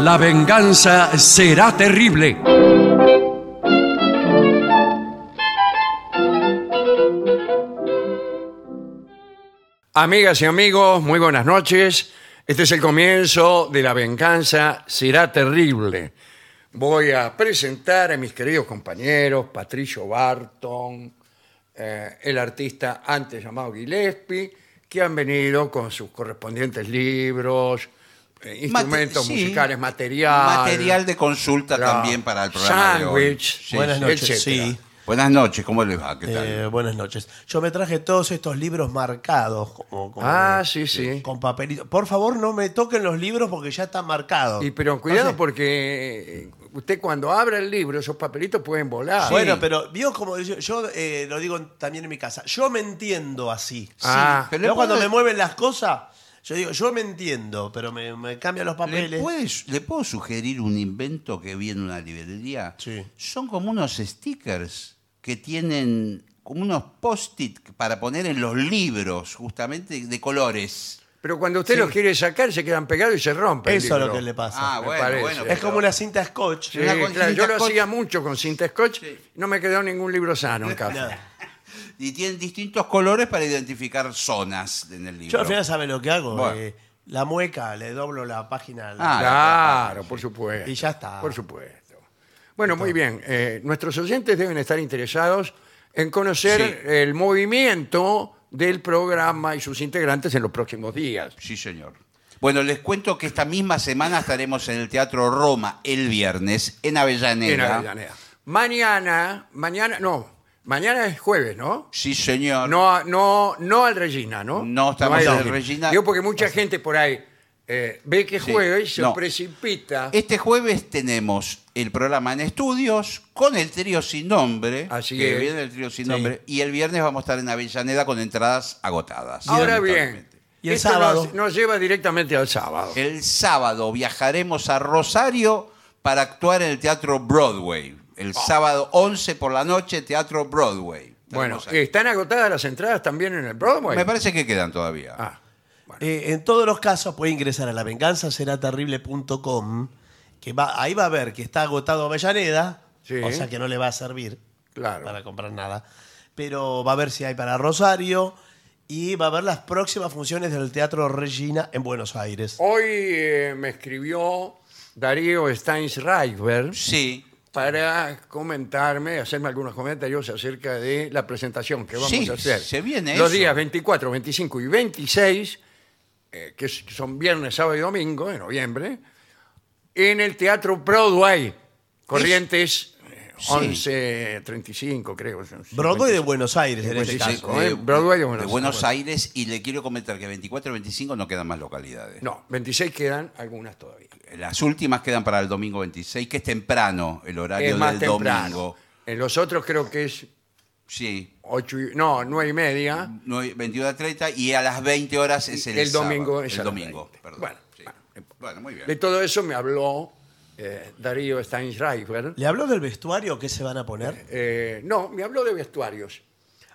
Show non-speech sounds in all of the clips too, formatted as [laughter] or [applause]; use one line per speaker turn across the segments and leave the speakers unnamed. La venganza será terrible. Amigas y amigos, muy buenas noches. Este es el comienzo de La venganza será terrible. Voy a presentar a mis queridos compañeros, Patricio Barton, eh, el artista antes llamado Gillespie, que han venido con sus correspondientes libros, eh,
Mate-
instrumentos
sí.
musicales, material.
Material de consulta
Claro.
también para el programa. de hoy.
Sándwich.
Sí,
Buenas
sí.
noches,
noches,
etcétera.
sí.
Buenas noches, ¿cómo les va? ¿Qué tal?
Eh, buenas noches. Yo me traje todos estos libros marcados. Como, como-
Ah, sí, sí.
Con papelito. Por favor, no me toquen los libros porque ya están marcados.
Y pero cuidado
Entonces-
porque eh, usted cuando abra el libro esos papelitos pueden volar.
ah, Bueno, pero vio como yo, yo, eh, lo digo también en mi casa. Yo me entiendo así.
Ah.
pero
Yo
le
cuando
puedo-
me mueven las cosas, yo digo, yo me entiendo, pero me, me cambian los
¿Le,
papeles.
puedes- ¿Le puedo sugerir un invento que vi en una librería?
Sí.
Son como unos stickers que tienen como unos post-it para poner en los libros, justamente de colores.
Pero cuando usted los quiere sacar se quedan pegados y se rompen.
Eso es lo que le pasa.
Ah,
me
bueno,
parece.
bueno.
es como una cinta scotch.
una con
yo lo
cinta
hacía mucho con cinta scotch, no me quedó ningún libro sano en casa.
Nada.
Y tienen distintos colores para identificar zonas en el libro.
Yo al final, ¿sabe lo que hago?
Bueno.
Eh, la mueca, le doblo la página. al-
Ah,
Claro, por supuesto.
Y ya está.
Por supuesto. Bueno, muy bien. Eh, nuestros oyentes deben estar interesados en conocer
Sí.
el movimiento del programa y sus integrantes en los próximos días.
Sí, señor. Bueno, les cuento que esta misma semana estaremos en el Teatro Roma el viernes en Avellaneda.
En Avellaneda. Mañana, mañana, no, mañana es jueves, ¿no?
Sí, señor.
No, a- no, no al Regina, ¿no?
No estamos
hay
en el
Regina.
Regina.
Digo porque mucha gente por ahí eh, ve que es
Sí,
jueves, se
no.
precipita.
Este jueves tenemos el programa en estudios con el trío sin nombre.
Así
que
es.
viene el trío sin nombre. Y el viernes vamos a estar en Avellaneda con entradas agotadas.
Ahora bien,
lamentablemente.
Y el
esto
sábado.
nos, nos lleva directamente al sábado.
El sábado viajaremos a Rosario para actuar en el Teatro Broadway. El
Ah.
sábado 11 por la noche, Teatro Broadway.
Bueno, eh,
Estaremos ahí.
¿están agotadas las entradas también en el Broadway?
me parece que quedan todavía.
Ah,
Eh, en todos los casos puede ingresar a lavenganzaseraterrible.com, que va, ahí va a ver que está agotado Avellaneda,
Sí.
o sea que no le va a servir
Claro.
para comprar nada, pero va a ver si hay para Rosario y va a ver las próximas funciones del Teatro Regina en Buenos Aires.
hoy eh, me escribió Darío Steinsreiber
Sí.
para comentarme, hacerme algunos comentarios acerca de la presentación que vamos
Sí,
a hacer.
se viene
Los
eso.
días 24, 25 y 26, eh, que s- son viernes, sábado y domingo, de noviembre, en el Teatro Broadway, Corrientes eh,
Sí.
1135, creo. son
Broadway de
55.
Buenos Aires, en este
Sí,
caso.
sí, con el Broadway de Buenos
¿eh? Aires. Y le quiero comentar que 24 y 25 no quedan más localidades.
No, 26 quedan algunas todavía.
Las últimas quedan para el domingo 26, que es temprano el horario
Es más
del
temprano.
domingo.
En los otros creo que es
Sí.
8 y, no, 9 y media.
9, 21 a 30 y a las 20 horas es el,
El
sábado.
domingo es a
el
las
domingo,
20.
perdón.
Bueno,
Sí. Bueno, muy
De
bien.
todo eso me habló eh, Darío Steinschreiber.
¿Le habló del vestuario que se van a poner?
Eh, no, me habló de vestuarios.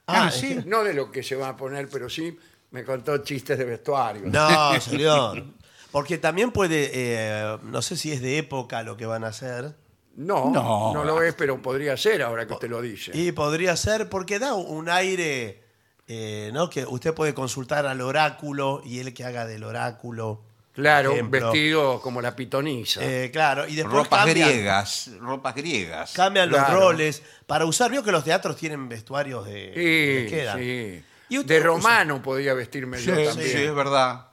Ah,
sí.
es que-
No de lo que se va a poner, pero sí me contó chistes de vestuarios.
No, señor. Porque también puede, eh, no sé si es de época lo que van a hacer.
No, no,
No.
lo es, pero podría ser ahora que usted lo dice.
Y podría ser, porque da un aire, eh, ¿no? Que usted puede consultar al oráculo y él que haga del oráculo. por
claro, un
ejemplo.
vestido como la pitonisa.
Eh, claro, y después
Ropas
cambian,
griegas, ropas griegas.
cambian
Claro.
los roles para usar. Vio que los teatros tienen vestuarios de,
sí,
que quedan.
sí.
Y usted
de
usa-
romano podía vestirme
Sí,
yo
sí,
también.
es verdad.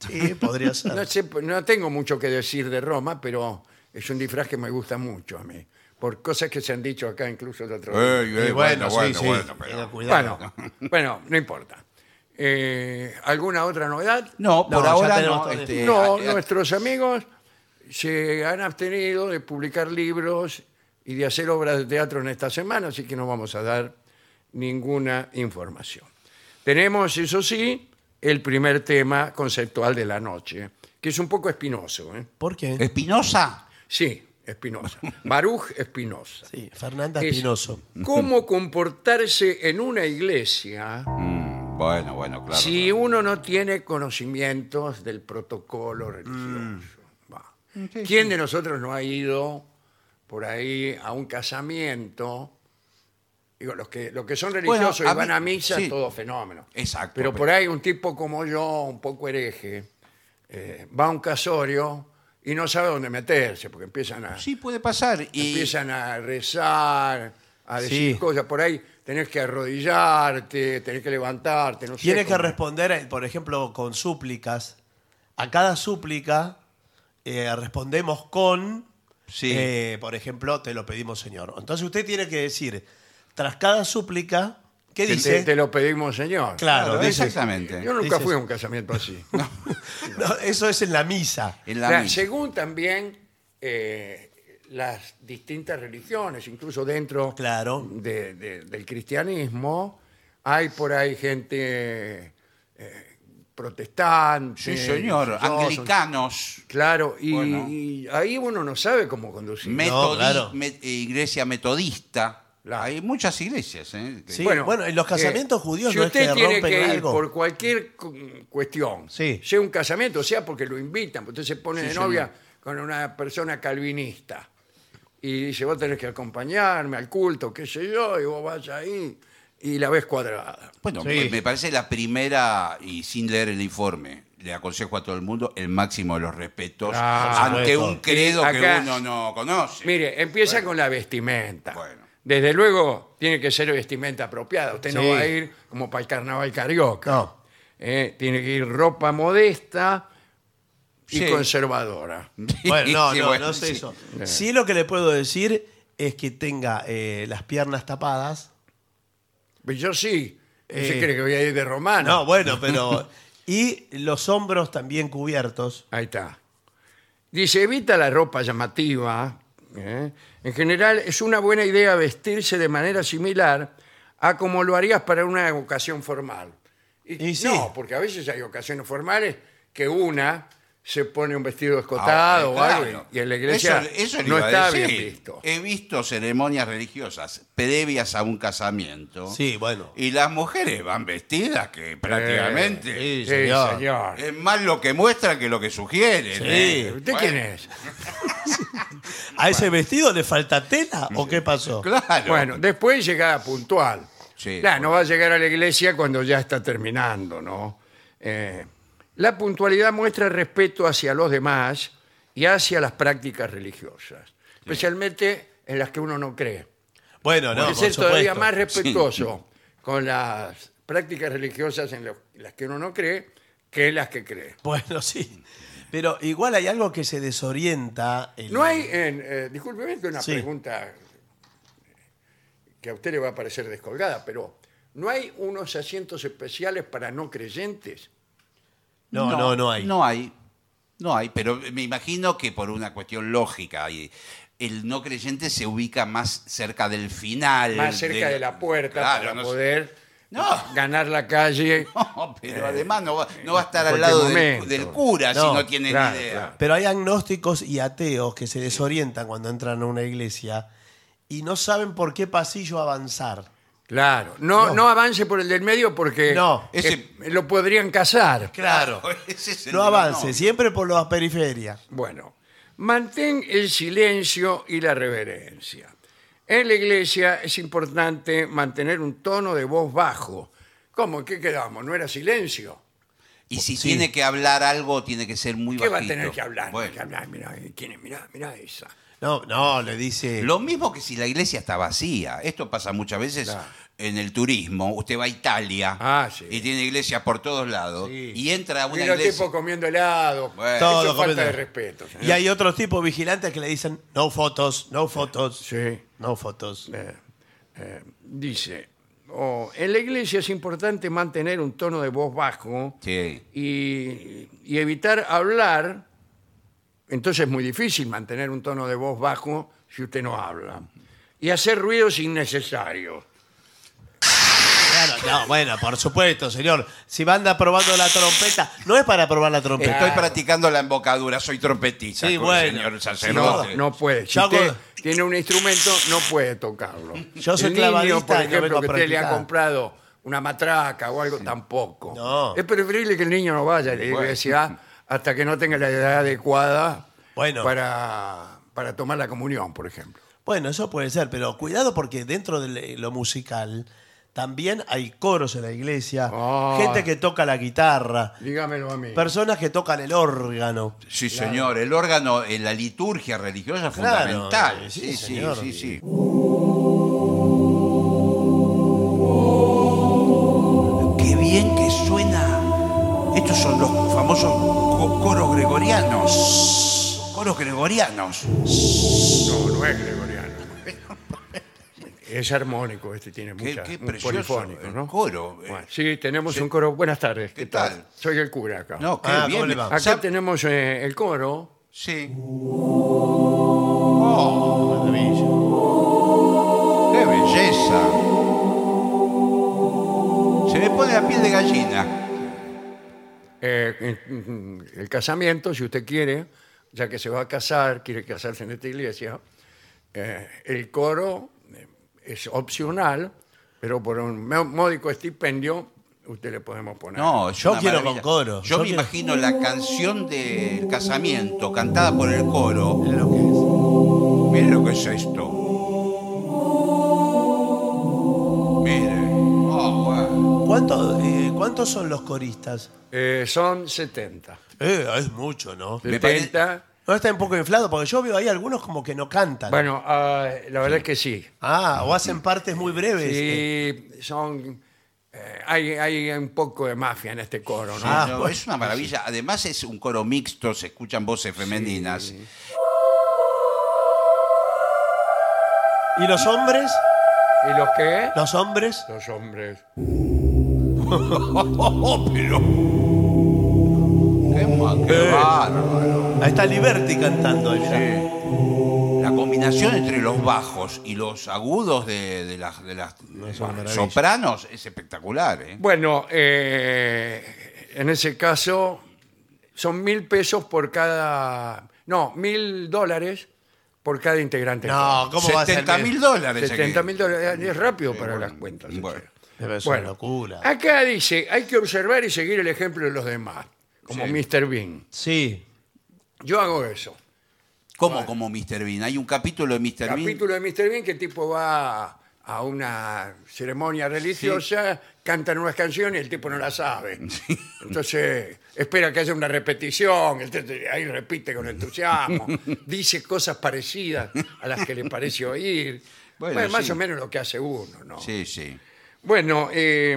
Sí,
[laughs]
podría ser.
No, sé, no tengo mucho que decir de Roma, pero es un disfraz que me gusta mucho a mí. Por cosas que se han dicho acá incluso el otro día.
Ey,
Y
ey,
bueno, sí, sí,
pero-
tenga cuidado.
Bueno, bueno, no importa. Eh, ¿Alguna otra novedad?
No, por
No, ya
ahora
tenemos
no.
todo
este,
No,
a- a-
nuestros amigos se han abstenido de publicar libros y de hacer obras de teatro en esta semana, así que no vamos a dar ninguna información. Tenemos, eso sí, el primer tema conceptual de la noche, que es un poco espinoso. ¿eh?
¿Por qué?
Espinosa.
Sí,
[laughs]
Espinosa. Baruch Espinosa.
Sí, Fernanda
Es
Espinoso.
¿Cómo comportarse en una iglesia
Mm, bueno, bueno, claro. Mm.
si uno no tiene conocimientos del protocolo religioso? Va.
Sí,
¿Quién de nosotros no ha ido por ahí a un casamiento? Digo, los que, los que son religiosos
a
y van
mí-
a misa,
sí.
todo fenómeno.
Exacto,
Pero por
pero-
ahí un tipo como yo, un poco hereje, eh, va a un casorio y no sabe dónde meterse, porque empiezan a,
Sí, puede pasar. Y
empiezan a rezar, a decir
Sí.
cosas. Por ahí tenés que arrodillarte, tenés que levantarte. No sé
Tiene que
cómo.
responder, eh, por ejemplo, con súplicas. A cada súplica eh, respondemos con,
Sí.
eh, por ejemplo, te lo pedimos, Señor. Entonces usted tiene que decir, tras cada súplica, ¿qué
Te-
dice?
Te, lo pedimos, señor.
Claro,
Claro,
dice-
exactamente.
Yo nunca
Dices-
fui a un casamiento
[laughs]
así.
[laughs] No, eso es en la misa.
En
O
la
sea,
misa.
según también eh, las distintas religiones, incluso dentro
Claro.
[laughs] de- de- del cristianismo, hay por ahí gente eh, protestante.
Sí, señor.
religiosos,
Anglicanos.
Claro, y,
Bueno.
y ahí uno no sabe cómo conducir.
metodi-
claro.
me- eh, iglesia metodista.
Claro.
Hay muchas iglesias. ¿eh?
Sí. bueno, en los casamientos judíos
si
no es
usted
que
tiene
rompen
que ir
algo.
por cualquier cu- cuestión,
Sí.
sea un casamiento, sea porque lo invitan, usted se pone
Sí,
de
señor.
novia con una persona calvinista y dice, vos tenés que acompañarme al culto, qué sé yo, y vos vas ahí y la ves cuadrada.
Bueno,
Sí.
me- me parece la primera, y sin leer el informe, le aconsejo a todo el mundo el máximo de los respetos
Claro.
ante un credo
Acá-
que uno no
[laughs]
conoce. [laughs]
Mire, empieza con la vestimenta.
Bueno.
Desde luego tiene que ser vestimenta apropiada. Usted no
Sí.
va a ir como para el carnaval carioca.
No.
Eh, tiene que ir ropa modesta y
Sí.
conservadora.
Bueno, no,
Sí,
no,
bueno,
no sé
sí.
eso. Sí lo que le puedo decir es que tenga eh, las piernas tapadas.
Pues Yo sí. ¿Se
Eh,
cree que voy a ir de romano?
No, bueno, pero... y los hombros también cubiertos.
Ahí está. Dice, evita la ropa llamativa. ¿eh? En general, es una buena idea vestirse de manera similar a como lo harías para una ocasión formal. Y,
Y sí.
No, porque a veces hay ocasiones formales que una se pone un vestido escotado o algo
Ah, Claro.
y en la iglesia
Eso- eso le
no
iba a
está
decir.
bien visto.
He visto ceremonias religiosas previas a un casamiento.
Sí, bueno.
Y las mujeres van vestidas que prácticamente
sí,
Sí,
señor.
señor.
es más lo que muestran que lo que sugieren.
Sí.
¿eh?
¿Usted
Bueno,
quién es?
¿A ese vestido le falta tela o qué pasó?
Claro.
Bueno, después llegada puntual.
Sí,
Claro, no va a llegar a la iglesia cuando ya está terminando, ¿no? Eh, la puntualidad muestra respeto hacia los demás y hacia las prácticas religiosas, especialmente en las que uno no cree.
Bueno, no,
Hay que
por
ser todavía
supuesto.
más respetuoso con las prácticas religiosas en lo- las que uno no cree que en las que cree.
Bueno, sí. Pero igual hay algo que se desorienta. el-
No hay, en, eh, discúlpeme que una
Sí.
pregunta que a usted le va a parecer descolgada, pero ¿no hay unos asientos especiales para no creyentes?
No, no, no, hay.
No hay. No hay, pero me imagino que por una cuestión lógica. y El no creyente se ubica más cerca del final.
Más cerca de, la puerta
Claro,
para
no sé.
poder
No.
ganar la calle.
[laughs] No, pero además no va, no va a estar
en
al lado
cualquier
del,
momento.
del cura
No,
si no tiene
claro,
ni idea.
claro.
Pero hay agnósticos y ateos que se desorientan cuando entran a una iglesia y no saben por qué pasillo avanzar.
Claro, no, no.
No.
avance por el del medio porque
No,
eh,
ese-
lo podrían cazar.
Claro.
[laughs] Ese es el
No avance,
no.
siempre por las periferias.
Bueno, mantén el silencio y la reverencia. En la iglesia es importante mantener un tono de voz bajo. ¿Cómo? ¿Qué quedamos? ¿No era silencio?
Y si
Sí.
tiene que hablar algo, tiene que ser muy
¿Qué
bajito.
va a tener que hablar?
Bueno,
Que hablar, mirá, eh, ¿quién es? Mirá, mirá esa.
No, no, le dice.
Lo mismo que si la iglesia está vacía. Esto pasa muchas veces
Claro.
en el turismo. Usted va a Italia
Ah, sí.
y tiene iglesias por todos lados.
Sí.
Y entra a una
Y los
iglesia.
tipos comiendo helado.
Bueno.
Eso
Todo
es falta
comiendo.
de respeto. señor.
Y hay otros tipos vigilantes que le dicen, no fotos, no fotos,
Sí.
no fotos.
Eh, eh, dice, oh, en la iglesia es importante mantener un tono de voz bajo
Sí.
y, y evitar hablar. Entonces es muy difícil mantener un tono de voz bajo si usted no habla. Y hacer ruidos innecesarios.
Claro, no, bueno, por supuesto, señor. Si anda probando la trompeta, no es para probar la trompeta.
Estoy practicando la embocadura, soy trompetista.
Sí,
con el
bueno.
Señor
No,
sacerdote.
no puede. Si
Yo
usted
hago-
tiene un instrumento, no puede tocarlo.
Yo soy
El niño,
clavadista
por
y no vengo
ejemplo,
a
que usted le ha
practicar.
comprado una matraca o algo, tampoco.
No.
Es preferible que el niño no vaya a la
Bueno.
iglesia hasta que no tenga la edad adecuada
Bueno.
para, para tomar la comunión, por ejemplo.
Bueno, eso puede ser, pero cuidado porque dentro de lo musical también hay coros en la iglesia,
Ah.
gente que toca la guitarra,
Dígamelo a mí.
personas que tocan el órgano.
Sí, señor, el órgano, eh, la liturgia religiosa es
Claro,
fundamental.
eh, sí,
Sí, sí,
señor.
sí, sí. ¡Qué bien que suena! Estos son los famosos co- coros gregorianos. Coros gregorianos.
No, no es gregoriano. [laughs] Es armónico, este tiene
Qué-
muchas,
qué
muy
precioso
polifónico,
el
¿no?
coro. eh.
Bueno, sí, tenemos un coro. Buenas tardes. ¿Qué,
¿Qué
tal?
tal?
Soy el cura acá.
No, qué
Ah, ¿cómo
bien.
le va?
acá
Sa-
tenemos eh, el coro.
Sí.
Maravilla.
¡Qué belleza! Se me pone la piel de gallina.
eh, en- en- el casamiento, si usted quiere, ya que se va a casar, quiere casarse en esta iglesia, eh, el coro eh, es opcional, pero por un mo- módico estipendio usted le podemos poner.
No, es
Yo
una
quiero
maravilla.
con coro.
Yo,
Yo
me
quiero-
imagino la canción del casamiento cantada por el coro.
Mira lo que es.
Mire lo que es esto. Mire. Oh, bueno.
¿Cuánto, eh, ¿Cuántos son los coristas?
Eh, son 70.
Eh, es mucho, ¿no?
Me pare-
70.
¿No está un poco inflado? Porque yo veo ahí algunos como que no cantan.
Bueno, ah, la verdad es que sí.
Ah, o hacen partes muy breves. Eh,
Sí, son. eh, hay, hay un poco de mafia en este coro, ¿no?
Ah,
No,
bueno.
es una maravilla. Además es un coro mixto, se escuchan voces femeninas.
¿Y los hombres?
¿Y los que?
¿Los hombres?
Los hombres.
Oh, Qué ma- qué
Eh.
bárbaro.
Ahí está Liberty cantando. ahí, mirá.
La combinación entre los bajos y los agudos de, de las, de las
es una maravilla.
sopranos es espectacular. ¿eh?
Bueno, eh, en ese caso son mil pesos por cada. No, mil dólares por cada integrante.
No, ¿cómo va a ser?
70 mil dólares.
70 mil dólares. Es rápido para
bueno,
las cuentas.
bueno.
o sea.
Es
Bueno,
una locura.
Acá dice: hay que observar y seguir el ejemplo de los demás, como
Sí.
Mr. Bean.
Sí.
Yo hago eso.
¿Cómo, como Mr. Bean? Hay un capítulo de Mr. Bean.
capítulo de Mr. Bean que el tipo va a una ceremonia religiosa, cantan unas canciones y el tipo no las sabe.
[laughs]
Entonces espera que haya una repetición, entonces ahí repite con
[laughs]
entusiasmo, dice cosas parecidas a las que le parece oír. Bueno,
[laughs] Bueno,
más
sí.
o menos lo que hace uno, ¿no?
Sí, sí.
Bueno, eh,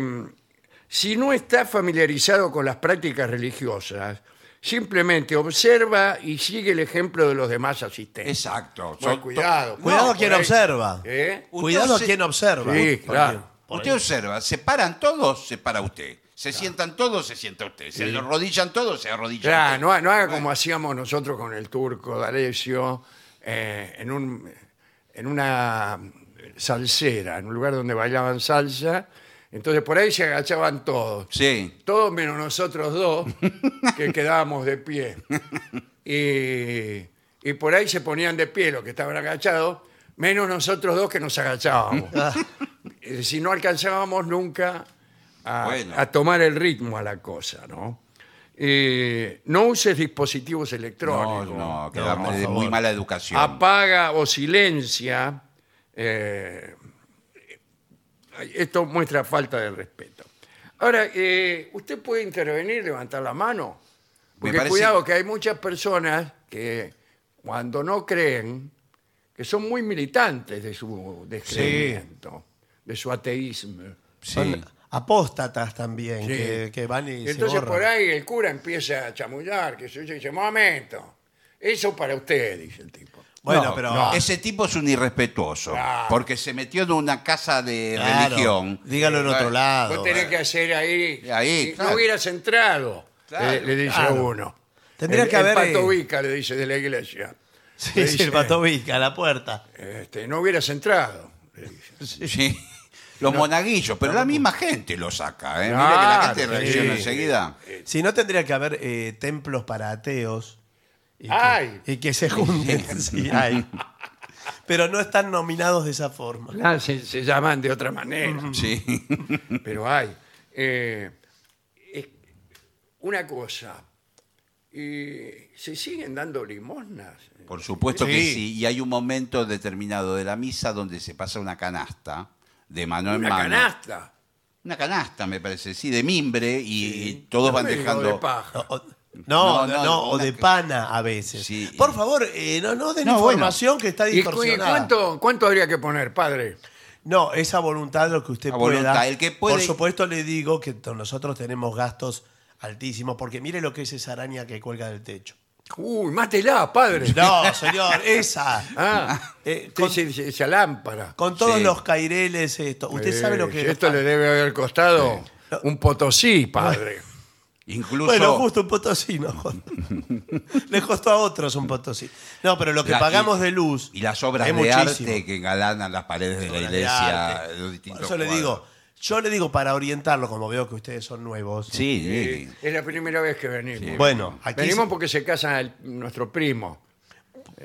si no está familiarizado con las prácticas religiosas, simplemente observa y sigue el ejemplo de los demás asistentes.
Exacto.
Bueno,
Son-
Pues cuidado.
Cuidado
No,
quien
por ahí-
observa.
¿Eh?
Cuidado
se-
quien observa.
Sí,
Porque-
claro.
Usted observa, se paran todos, se para usted. Se sientan todos, se sienta usted. Se arrodillan todos, se arrodilla
Ya,
usted.
no, ha- no haga como hacíamos nosotros con el turco D'Alessio eh, en, un, en una salsera, en un lugar donde bailaban salsa. Entonces por ahí se agachaban todos.
Sí.
Todos menos nosotros dos, que quedábamos de pie. Y, y por ahí se ponían de pie los que estaban agachados, menos nosotros dos que nos agachábamos. Es decir, no alcanzábamos nunca a,
Bueno.
a tomar el ritmo a la cosa, ¿no? Eh, no uses dispositivos
No,
electrónicos.
no, que
No,
da
por
de
favor.
muy mala educación.
Apaga o silencia. eh, esto muestra falta de respeto. Ahora, eh, usted puede intervenir, levantar la mano. Porque
parece-
cuidado que hay muchas personas que cuando no creen, que son muy militantes de su descreimiento, de su ateísmo.
sí.
Son apóstatas también,
Sí.
que, que van y
Y
se
entonces
borran.
por ahí el cura empieza a chamullar, que se dice, momento, eso para usted, dice el tipo.
Bueno,
No,
pero...
no, ese tipo es un irrespetuoso.
Claro.
Porque se metió en una casa de
Claro,
religión. Eh,
Dígalo en otro
Claro.
Eh, Vos
lado.
tenés que hacer ahí.
Ahí,
y No
claro.
hubieras entrado, eh,
Claro,
le, le dice
claro.
uno.
Tendría
El-
que haber,
El pato
eh,
Vica, le dice de la iglesia.
[laughs] Sí, sí, el patobica, la puerta.
Este, no hubieras entrado. le dice.
[laughs] Sí. Los monaguillos, pero la misma gente lo saca. ¿eh? Mira que
Claro,
la gente reacciona
sí.
enseguida.
Si no, tendría que haber eh, templos para ateos. Y
Ay.
Que, y que se
[laughs]
junten. sí, hay. Pero no están nominados de esa forma.
Ah, se, se llaman de otra manera,
Sí.
pero hay. Eh, es- una cosa, y se siguen dando limosnas.
[laughs] Por supuesto que
Sí.
sí. Y hay un momento determinado de la misa donde se pasa una canasta de mano en
Una
mano.
canasta.
Una canasta, me parece, sí, de mimbre y, y todos
No
van
me diga de
dejando.
paja.
O-
No,
No, no,
no,
no, o
una
de
que-
pana a veces.
Sí.
Por favor, eh, no, no den
No, bueno.
información que está
¿Y cu- y
distorsionada.
cuánto, cuánto habría que poner, padre?
No, esa voluntad lo que usted
La
pueda.
voluntad, el que puede-
Por supuesto le digo que to- nosotros tenemos gastos altísimos, porque mire lo que es esa araña que cuelga del techo.
Uy, mátela, padre.
[laughs]
No, señor, esa.
Ah,
Eh,
sí,
con,
sí, sí, esa lámpara.
con todos
Sí.
los caireles, esto. Usted sabe lo
Eh,
que
si Esto le debe haber costado un potosí, padre.
Incluso
Bueno, justo un potosino.
[laughs]
joder. Le costó a otros un potosí. No, pero lo que
La- y-
pagamos de luz.
y las obras de
es muchísimo.
arte que engalanan las paredes de la
Obras de
iglesia.
arte.
los
Por
distintos
eso le
cuadros.
digo, yo le digo para orientarlo, como veo que ustedes son nuevos.
Sí, sí.
Eh, Es la primera vez que venimos.
Bueno, aquí
Venimos porque se casa el- nuestro primo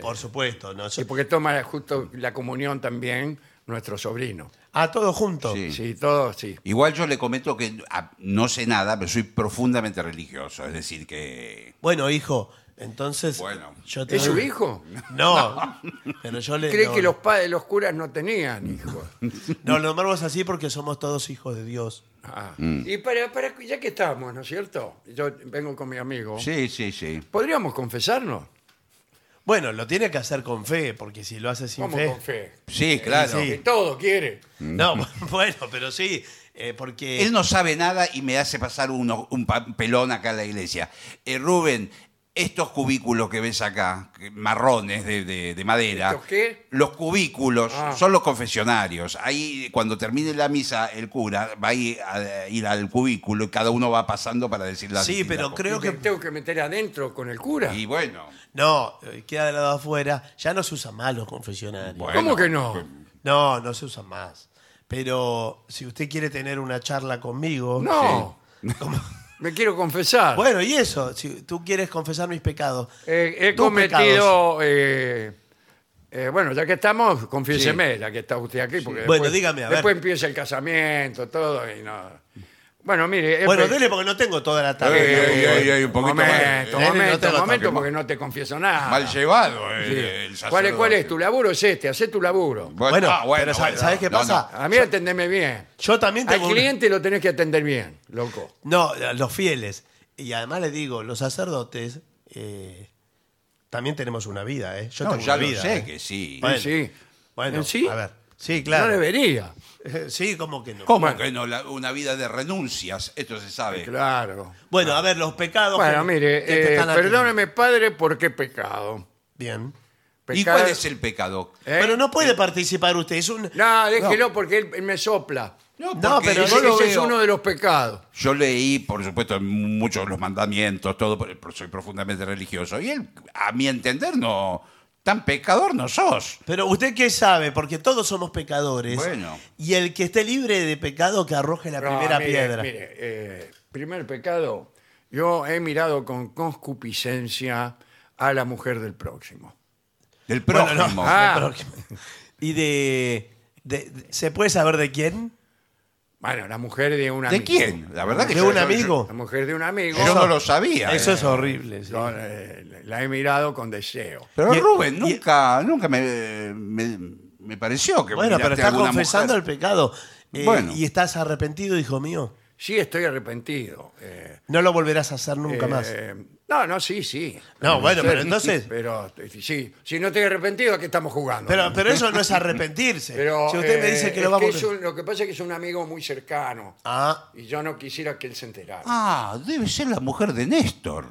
por supuesto. ¿no?
y porque toma justo la comunión también nuestro sobrino.
Ah, todo junto.
Sí.
Sí, todos, sí.
Igual yo le comento que ah, no sé nada, pero soy profundamente religioso. Es decir, que.
Bueno, hijo, entonces.
Bueno.
yo te
¿Es su
doy-
hijo?
No, pero yo
[laughs]
le.
Cree
no,
que los padres, los curas no tenían hijos.
No, lo nombramos así porque somos todos hijos de Dios.
[laughs]
Ah.
Mm.
Y para, para, ya que estamos, ¿no es cierto? Yo vengo con mi amigo.
Sí, sí, sí.
¿Podríamos confesarnos?
Bueno, lo tiene que hacer con fe, porque si lo hace sin
Vamos
fe.
con fe.
Sí, claro.
Sí.
Que todo quiere.
No, [laughs] bueno, pero sí, eh, porque.
Mm. Él no sabe nada y me hace pasar uno- un pa- pelón acá en la iglesia. Eh, Rubén, estos cubículos que ves acá, que- marrones de, de- de madera.
¿Estos qué?
Los cubículos
Ah.
son los confesionarios. Ahí, cuando termine la misa, el cura va a ir, a- ir al cubículo y cada uno va pasando para decir las
Sí,
distintas
pero
cosas.
creo
Y te
que.
tengo que meter adentro con el cura.
Y bueno,
No, eh, queda de lado afuera. Ya no se usan más los confesionarios.
bueno. pues,
¿Cómo que no?
No, no se usan más. Pero si usted quiere tener una charla conmigo.
No.
Sí.
[laughs]
Como-
Me quiero confesar.
Bueno, y eso, si tú quieres confesar mis pecados.
Eh, he
Tus pecados.
cometido. eh, eh, bueno, ya que estamos, confiéseme, ya que está usted aquí. Porque
Bueno,
después-
dígame, a ver.
Después empieza el casamiento, todo y no. Bueno, mire. he
Bueno,
pe-
dele porque no tengo toda la
Eh,
tarde.
Ey,
eh,
ey, ey, un poquito más.
momento,
Eh, no
momento,
te lo
momento,
toque,
porque no te confieso nada.
Ah.
mal llevado eh,
Sí.
el
¿Cuál, es-
sacerdote.
cuál es tu laburo? Es este, hacé tu laburo.
Bueno,
Bueno,
ah, bueno,
pero sa-
bueno.
¿sabes qué
No,
pasa?
A mí atendeme bien.
Yo también
Al
tengo. un-
cliente lo tenés que atender bien, loco.
No, a los fieles. Y además les digo, los sacerdotes eh, también tenemos una vida, ¿eh? Yo
No,
tengo
ya
una
lo
vida.
sé
¿eh?
que sí.
Bueno,
sí.
Bueno,
¿En sí?
a ver. Sí,
No
claro.
debería.
[laughs] sí, como que no.
¿Cómo que no? La- una vida de renuncias, esto se sabe.
Claro.
Bueno, a ver, los pecados.
Bueno,
que-
mire,
que te
eh,
están haciendo.
perdóneme, padre, porque pecado.
Bien.
¿Y
Pecado-
cuál es el pecado?
¿Eh?
Pero no puede participar usted, es un...
No, déjelo porque él, él me sopla.
No,
porque
Pero
pero
ese-
no lo
ese
es uno de los pecados.
Yo leí, por supuesto, muchos de los mandamientos, todo, por- por- soy profundamente religioso. Y él, a mi entender, no. Tan pecador no sos.
Pero usted qué sabe, porque todos somos pecadores.
Bueno.
Y el que esté libre de pecado que arroje la
No,
primera
mire,
piedra.
mire, eh, primer pecado, yo he mirado con concupiscencia a la mujer del próximo.
Del
Bueno,
prójimo.
no, [laughs]
Ah.
del prójimo. Y de, de- de- ¿Se puede saber de quién?
Bueno, la mujer de un amigo.
¿De quién? La verdad que
¿De
yo,
un
yo-
amigo?
La mujer de un
yo-
amigo.
Yo, no lo sabía.
Eso
eh.
es horrible. sí.
Yo, eh, la he mirado con deseo.
Pero
Y-
Rubén,
y-
nunca, nunca me, me, me pareció que
Bueno, pero
miraste a
está
alguna
confesando
mujer.
el pecado. Eh,
Bueno.
Y estás arrepentido, hijo mío.
Sí, estoy arrepentido. eh,
No lo volverás a hacer nunca más.
eh, no, no, sí, sí.
No, bueno,
Sí,
pero entonces-
Pero eh, sí, si no estoy arrepentido, ¿a qué estamos jugando?
Pero, pero
[laughs]
eso no es arrepentirse.
Pero,
si usted me
eh,
dice que
es
lo vamos
es un- lo que pasa es que es un amigo muy cercano.
Ah,
Y yo no quisiera que él se enterara.
Ah, debe ser la mujer de Néstor.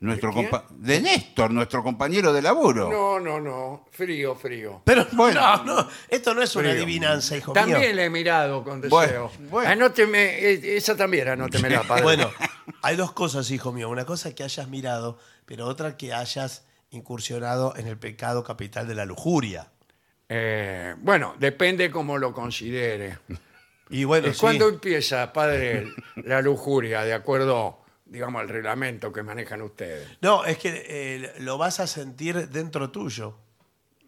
Nuestro
¿De quién?
compa- ¿De, Néstor, nuestro compañero de laburo.
No, no, no. Frío, frío.
pero
Bueno.
no, Ah, no, esto no es una
Frío.
adivinanza, hijo mío.
También le he mirado con deseo.
Bueno, bueno.
Anóteme, eh, esa también
[laughs]
anótemela, padre.
Bueno, hay dos cosas, hijo mío. Una cosa que hayas mirado, pero otra que hayas incursionado en el pecado capital de la lujuria.
Eh, bueno, depende cómo lo considere.
Y bueno,
¿Y
sí.
¿Cuándo empieza, padre, la lujuria, de acuerdo, digamos, al reglamento que manejan ustedes?
No, es que eh, lo vas a sentir dentro tuyo.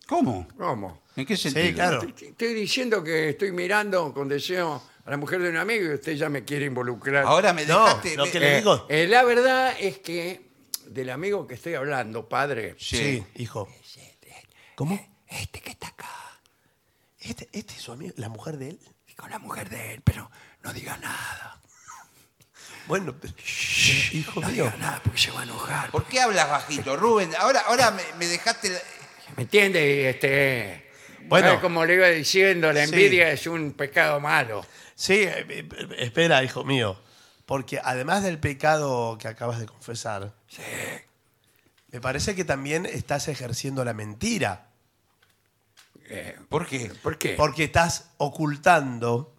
¿Cómo?
¿Cómo?
¿En qué sentido?
claro.
Estoy estoy diciendo que estoy mirando con deseo a la mujer de un amigo y usted ya me quiere involucrar.
Ahora me
No,
dejaste.
lo
me-
que le- digo.
eh, la verdad es que del amigo que estoy hablando, padre.
Sí.
hijo. ¿Cómo?
Este que está acá,
¿Este, este es su amigo? ¿La mujer de él?
y con la mujer de él, pero no diga nada.
Bueno, pero- hijo
No
mío.
diga nada porque se va a enojar.
¿Por qué hablas bajito, Rubén? Ahora, ahora me, me dejaste. la-
¿Me entiende? Este,
Bueno.
bueno, como le iba diciendo, la
Sí.
envidia es un pecado malo.
Sí, eh, eh, espera, hijo mío. Porque además del pecado que acabas de confesar, me parece que también estás ejerciendo la mentira.
¿Por qué?
¿Por qué?
Porque estás ocultando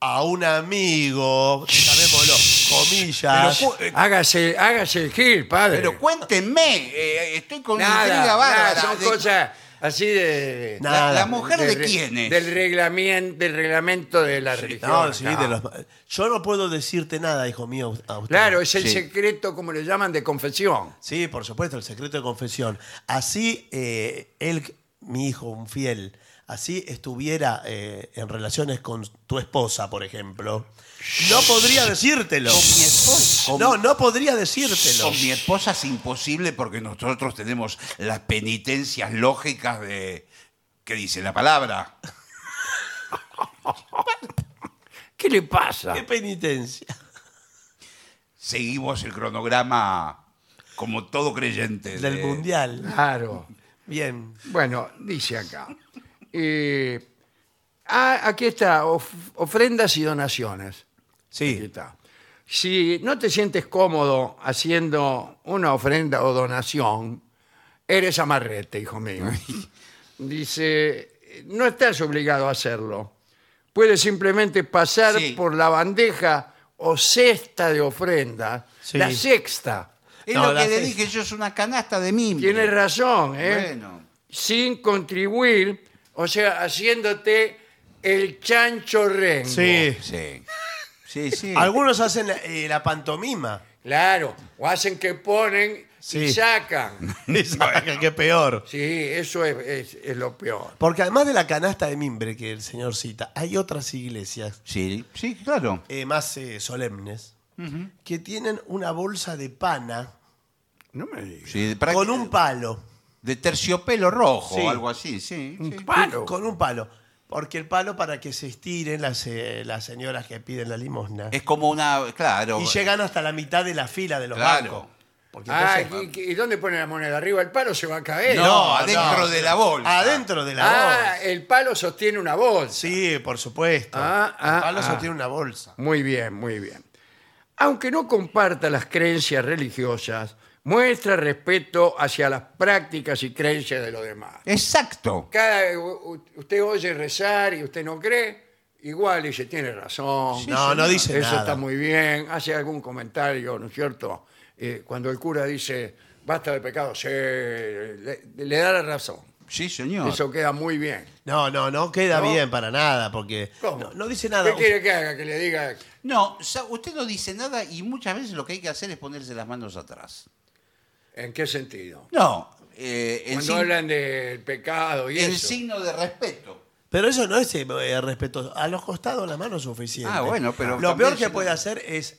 a un amigo, sabémoslo, comillas.
Pero cu- eh,
Hágase, hágase el gil, padre.
Pero cuéntenme, eh, estoy con una intriga
nada,
bárbara.
nada, son
de-
cosas así de...
No,
la,
nada.
la mujer de,
re-
quién es?
Del reglamento, del reglamento de la religión.
No, sí,
acá.
de los ma- Yo no puedo decirte nada, hijo mío, a usted.
Claro, es el
Sí.
secreto, como le llaman, de confesión.
Sí, por supuesto, el secreto de confesión. Así, eh, él, mi hijo, un fiel, así estuviera eh, en relaciones con tu esposa, por ejemplo, no podría decírtelo.
Con mi esposa. Con-
No, no podría decírtelo.
Con mi esposa es imposible porque nosotros tenemos las penitencias lógicas de. ¿Qué dice la palabra?
¿Qué le pasa?
Qué penitencia.
Seguimos el cronograma como todo creyente.
Del
de-
mundial.
Claro.
Bien.
Bueno, dice acá. Eh, ah, aquí está, of- ofrendas y donaciones. Aquí
Sí.
está. Si no te sientes cómodo haciendo una ofrenda o donación, eres amarrete, hijo mío. Dice, no estás obligado a hacerlo. Puedes simplemente pasar
Sí.
por la bandeja o cesta de ofrenda,
Sí.
la sexta.
Es
No,
lo que
la-
le dije, yo es una canasta de mimbre.
Tienes razón, ¿eh?
Bueno.
Sin contribuir, o sea, haciéndote el chancho rengo.
¿eh?
Sí.
Sí. Sí, sí.
Algunos hacen eh, la pantomima.
[laughs]
Claro, o hacen que ponen y
Sí.
sacan.
Esa- [laughs] Qué peor.
Sí, eso es, es- es lo peor.
Porque además de la canasta de mimbre que el señor cita, hay otras iglesias
Sí, sí, claro.
eh, más eh, solemnes que tienen una bolsa de pana
No me digas.
Sí, para-
con un palo.
De terciopelo rojo
Sí.
o algo así, sí. sí.
Palo.
Con un palo. Porque el palo para que se estiren las, eh, las señoras que piden la limosna.
Es como una. Claro.
Y llegan hasta la mitad de la fila de los
Claro.
bancos. Porque
Ah,
entonces-
¿y, y- y dónde pone la moneda? ¿Arriba el palo se va a caer?
No, adentro de la bolsa.
Adentro de la
Ah,
bolsa.
el palo sostiene una bolsa.
Sí, por supuesto.
Ah, ah,
el palo
ah.
sostiene una bolsa.
Muy bien, muy bien. Aunque no comparta las creencias religiosas, muestra respeto hacia las prácticas y creencias de los demás.
Exacto.
Cada, u- u- usted oye rezar y usted no cree, igual dice, tiene razón.
no, no dice
Eso
nada.
está muy bien. Hace algún comentario, ¿no es cierto? Eh, cuando el cura dice, basta de pecado, se, le, le da la razón.
Sí, señor.
Eso queda muy bien.
No, no, no queda
¿No?
bien para nada, porque
¿Cómo?
no, no dice nada.
¿Qué quiere que haga? Que le diga,
No, sa- usted no dice nada y muchas veces lo que hay que hacer es ponerse las manos atrás.
¿en qué sentido?
No. eh, el,
Cuando
sin-
hablan del pecado y
el
eso.
signo de respeto.
Pero eso no es eh, respeto. A los costados la mano es suficiente.
Ah, bueno, pero
Lo
también
peor que
si-
puede hacer es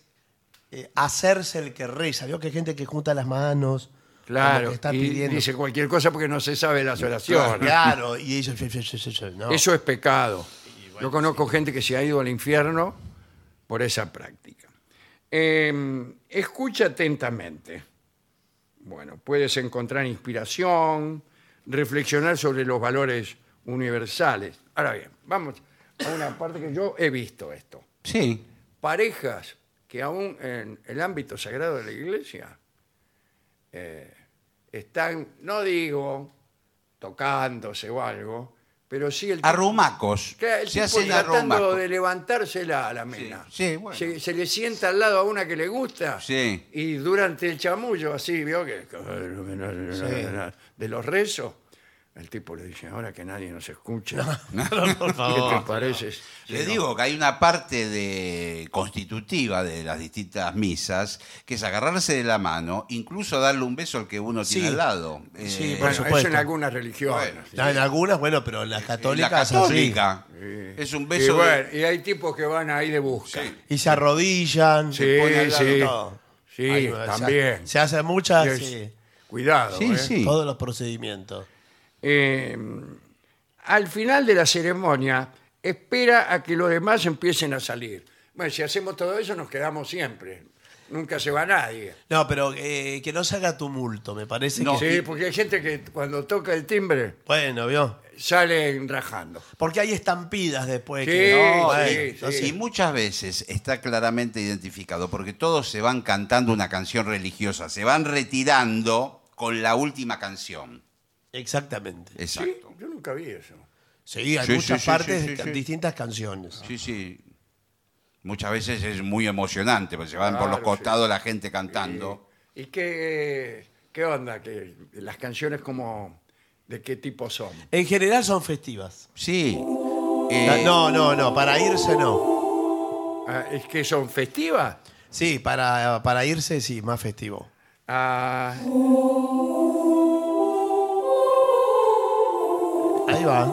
eh, hacerse el que reza. Vio que hay gente que junta las manos. como
Claro,
que está
y
pidiendo.
dice cualquier cosa porque no se sabe las oraciones.
claro, y ellos. sí, sí, sí, sí, sí, no.
Eso es pecado. Yo conozco gente que se ha ido al infierno por esa práctica. Eh, escucha atentamente. Bueno, puedes encontrar inspiración, reflexionar sobre los valores universales. Ahora bien, vamos a una parte que yo he visto esto.
Sí.
Parejas que aún en el ámbito sagrado de la iglesia eh, están, no digo tocándose o algo, pero sí el
Arrumacos.
Claro, el
se
tipo
hacen
tratando
arrumacos.
de levantársela a la mena.
Sí, sí, bueno.
se, se le sienta al lado a una que le gusta
Sí.
y durante el chamullo, así, vio que... De los rezos, el tipo le dice, ahora que nadie nos
[laughs]
escucha,
Claro, por
¿qué
favor.
te parece?
Le
Sí,
digo que hay una parte de, constitutiva de las distintas misas que es agarrarse de la mano, incluso darle un beso al que uno tiene
Sí.
al lado. Eh,
Sí,
no. Bueno, eso
supuesto.
en algunas religiones.
Bueno,
No, en algunas, bueno, pero en las
la
católicas.
católica. Es un
y,
beso. de-
bueno, y hay tipos que van ahí de busca.
Sí.
así. Y se arrodillan.
Sí,
se ponen al lado,
sí.
todo.
Sí,
Ay, no, se ha-
también.
Se hacen muchas,
Es-
sí,
Cuidado.
Sí,
¿eh?
sí.
todos los procedimientos.
Eh, al final de la ceremonia, espera a que los demás empiecen a salir. Bueno, si hacemos todo eso, nos quedamos siempre. Nunca se va nadie.
No, pero eh, que no se haga tumulto, me parece
No.
que...
Sí, porque hay gente que cuando toca el timbre
Bueno, ¿vio?
salen rajando.
Porque hay estampidas después.
Sí,
que,
sí,
bueno,
sí.
entonces-
Y muchas veces está claramente identificado, porque todos se van cantando una canción religiosa, se van retirando con la última canción.
Exactamente.
Sí,
Exacto.
yo nunca vi eso.
Sí, hay
Sí, sí,
muchas
sí,
partes,
sí,
de
sí,
ca-
sí.
distintas canciones.
Sí, sí. Muchas veces es muy emocionante, porque se van por los
Claro, sí.
costados la gente cantando.
¿Y qué, qué onda? Que las canciones como de qué tipo son.
En general son festivas.
Sí. Eh,
No, no, no, para irse no.
Ah, ¿Es que son festivas?
Sí, para, para irse sí, más festivo.
Ah,
Ahí va.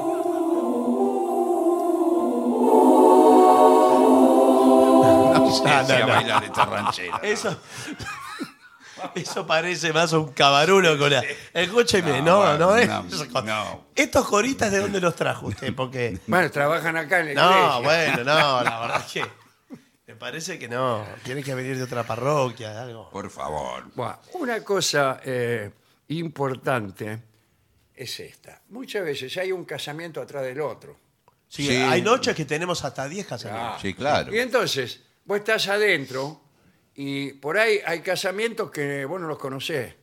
no sé
no,
si a
no.
bailar esta [laughs] ranchera. ¿no?
Eso, [laughs] eso parece más un cabarulo con la... Escúcheme, no,
No,
no, es...
bueno,
[laughs]
no, no.
Estos coristas de dónde los trajo usted,
[laughs]
porque...
bueno, trabajan acá en la iglesia.
No, bueno, no, la verdad que... Me parece que no. Tiene que venir de otra parroquia, de algo.
Por favor.
Bueno, una cosa eh, importante es esta. Muchas veces hay un casamiento atrás del otro.
Sí,
Sí.
hay noches que tenemos hasta 10 casamientos.
Sí, claro.
Y entonces, vos estás adentro y por ahí hay casamientos que vos no los conocés.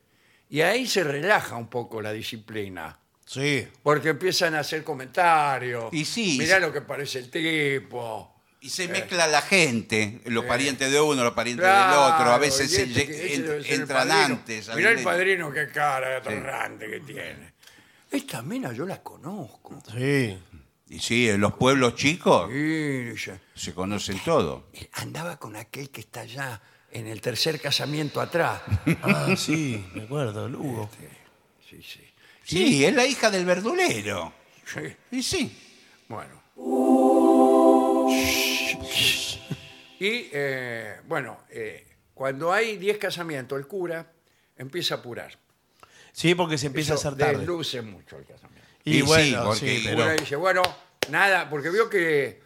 Y ahí se relaja un poco la disciplina.
Sí.
Porque empiezan a hacer comentarios.
Y sí,
Mirá
y-
lo que parece el tipo.
Y se mezcla la gente, los parientes de uno, los parientes del otro,
Eh. Claro,
a
y
veces
este
lle-
que- ese
en-
debe ser el
entran
padrino.
antes.
Mirá el
alguien-
padrino qué cara tan grande que tiene. Esta mina yo la conozco.
Sí.
Y sí, en los pueblos chicos
Y dice,
se conocen todo.
andaba con aquel que está allá en el tercer casamiento
[laughs]
atrás.
Ah, sí, me acuerdo, Lugo.
Sí, sí.
Sí, es la hija del verdulero.
Sí,
Y sí.
Bueno. Y eh, bueno, eh, cuando hay 10 casamientos, el cura empieza a apurar.
Sí, porque se empieza
Eso
a hacer tarde.
Desluce mucho el casamiento.
Y,
Y sí,
bueno,
porque-
sí,
El
pero
cura dice, bueno, nada, porque vio que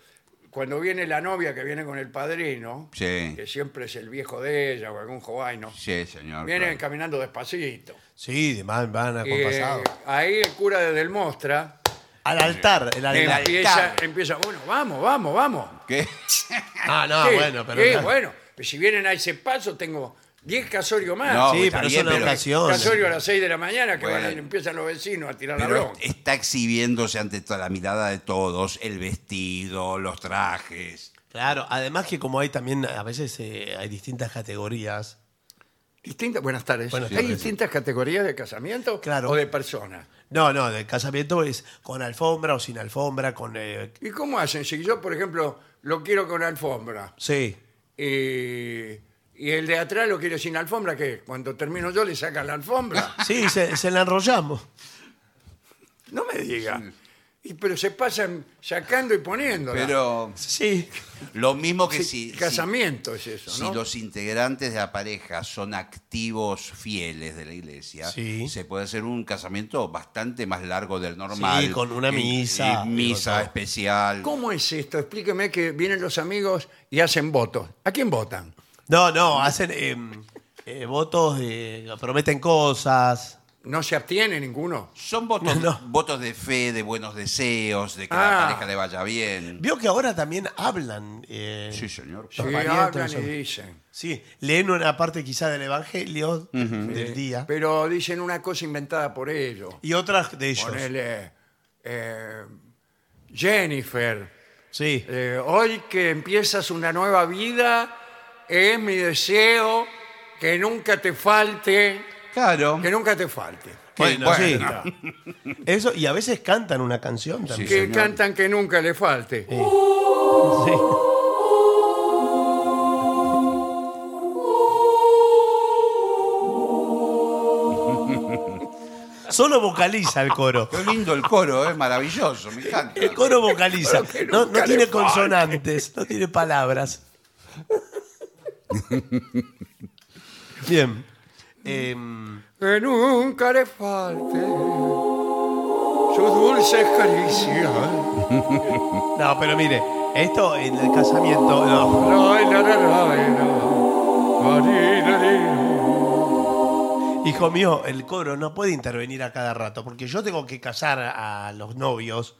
cuando viene la novia que viene con el padrino,
Sí.
que siempre es el viejo de ella o algún jovaino,
Sí, señor.
vienen
claro.
caminando despacito.
sí, de más van a
Eh,
compasado.
ahí el cura desde el Mostra
Al altar, el altar.
empieza,
altar.
empieza, bueno, vamos, vamos, vamos.
¿Qué?
Ah, no,
Sí,
bueno, pero.
sí,
claro.
bueno, pues si vienen a ese paso tengo 10 casorios más.
No,
sí,
está
pero
bien,
son
pero-
ocasiones.
Casorio a las 6 de la mañana que
Bueno.
van a- empiezan los vecinos a tirar la
Pero
bronca.
está exhibiéndose ante toda la mirada de todos, el vestido, los trajes.
Claro, además que como hay también, a veces eh, hay distintas categorías.
Distintas, buenas tardes.
Buenas
¿Hay
tardes.
distintas categorías de casamiento
Claro.
o de personas?
No, no, del casamiento es con alfombra o sin alfombra, con. eh,
¿Y cómo hacen? Si yo, por ejemplo, lo quiero con alfombra
sí.
y, y el de atrás lo quiere sin alfombra, ¿qué? Cuando termino yo le sacan la
[laughs]
alfombra.
Sí, se, se la enrollamos.
No me diga. Y, pero se pasan sacando y poniendo.
Pero
Sí.
lo mismo que si, si-
casamiento es eso,
si
¿no?
los integrantes de la pareja son activos fieles de la iglesia,
Sí.
se puede hacer un casamiento bastante más largo del normal.
Sí, con una misa.
Y misa
Digo,
especial.
¿Cómo es esto? Explíqueme que vienen los amigos y hacen votos. ¿A quién votan?
No, no, hacen eh, eh, votos, eh, prometen cosas.
¿No se abstiene ninguno?
Son votos,
No.
votos de fe, de buenos deseos, de que
Ah.
la pareja le vaya bien.
Vio que ahora también hablan. eh,
Sí, señor.
Sí,
parientes,
hablan y
no sé.
dicen.
Sí, leen una parte quizá del Evangelio del día
Pero dicen una cosa inventada por ellos.
y otras de ellos.
Ponele, eh, Jennifer,
Sí,
eh, hoy que empiezas una nueva vida, es mi deseo que nunca te falte,
Claro.
que nunca te falte.
Bueno,
Que-
sí.
está.
eso y a veces cantan una canción también.
Que
señor.
cantan que nunca le falte.
Sí. Solo vocaliza el coro.
Qué lindo el coro, es maravilloso, me encanta.
El coro vocaliza.
que
No,
nunca
no tiene
le falte.
consonantes, no tiene palabras. Bien. Em,
Que nunca le falte sus dulces caricias.
no, pero mire, esto en el casamiento. no.
Rai, la, la, la, la. Ari, la, la.
Hijo mío, el coro no puede intervenir a cada rato, porque yo tengo que casar a los novios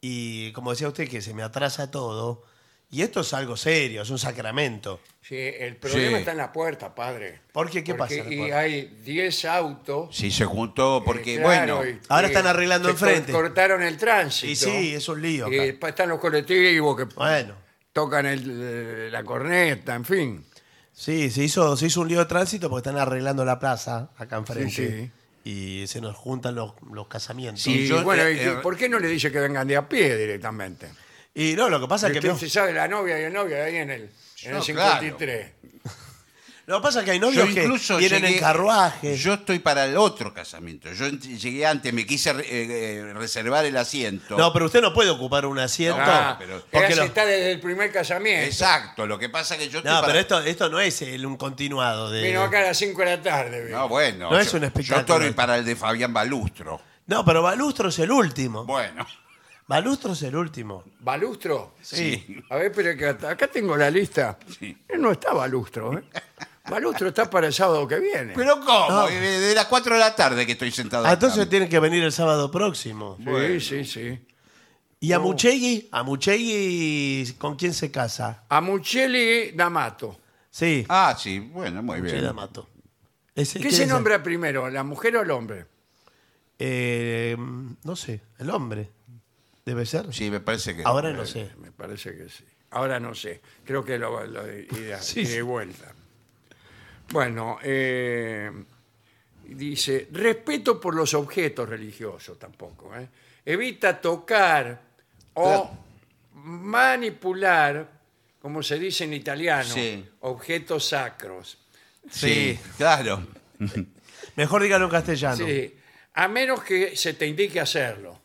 y, como decía usted, que se me atrasa todo. Y esto es algo serio, es un sacramento.
Sí, el problema
Sí.
está en la puerta, padre.
¿Por qué? ¿Qué
Porque-
pasa en la
Y
puerta?
hay 10 autos.
Si se juntó, porque
eh, claro,
bueno,
y-
Ahora
y
están arreglando
se
enfrente.
cor- Cortaron el tránsito.
Y sí, es un lío.
Y
acá.
pa- están los colectivos que
Bueno,
tocan el- eh, la corneta, en fin.
sí, se hizo, se hizo un lío de tránsito porque están arreglando la plaza acá
Sí,
enfrente. Y se nos juntan los, los casamientos.
y
Sí. yo-
bueno,
eh,
y-
eh,
¿por qué no le dice que vengan de a pie directamente?
Y no, lo que pasa es que.
Usted
no-
Este,
se sabe la novia y el novio ahí en el, en el
No,
53.
Lo que pasa es que hay
yo
novios que
incluso
vienen
llegué-
en carruaje.
Yo estoy para el otro casamiento. Yo ent- llegué antes, me quise eh, eh, reservar el asiento.
No, pero usted no puede ocupar un asiento.
Ah,
pero-
ella
porque
se
lo-
está desde el primer casamiento.
Exacto, lo que pasa que yo estoy
No,
para-
pero esto, esto no es el- un continuado de.
Vino acá a las 5 de la tarde. vino.
No, bueno.
No es
yo-
un espectáculo.
Yo estoy para el de Fabián Balustro.
No, pero Balustro es el último. [laughs]
Bueno.
Balustro es el último.
¿Balustro?
Sí.
A ver, pero que acá, acá tengo la lista. Eh, No está Balustro, ¿eh? Balustro está para el sábado que viene.
Pero ¿cómo?
No.
Eh, De las 4 de la tarde que estoy sentado.
Ah, entonces
acá.
tienen que venir el sábado próximo.
sí, sí, sí.
¿Y a Muchegui? ¿A Muchegui con quién se casa?
A Mucheli D'Amato.
Sí,
Ah, sí, bueno, muy
Che
bien.
D'Amato. Ese-
¿Qué
¿quién
se
es?
nombra primero, la mujer o el hombre?
Eh, no sé, el hombre. ¿Debe ser?
Sí, eh. me parece que.
Ahora no sé.
Eh, Me parece que sí. Ahora no sé. Creo que lo, lo irá
Sí,
ida y
sí.
vuelta. Bueno, eh, dice, respeto por los objetos religiosos tampoco. ¿eh? Evita tocar o manipular, como se dice en italiano,
Sí.
objetos sacros.
Sí, claro.
Mejor dígalo en castellano.
Sí, a menos que se te indique hacerlo.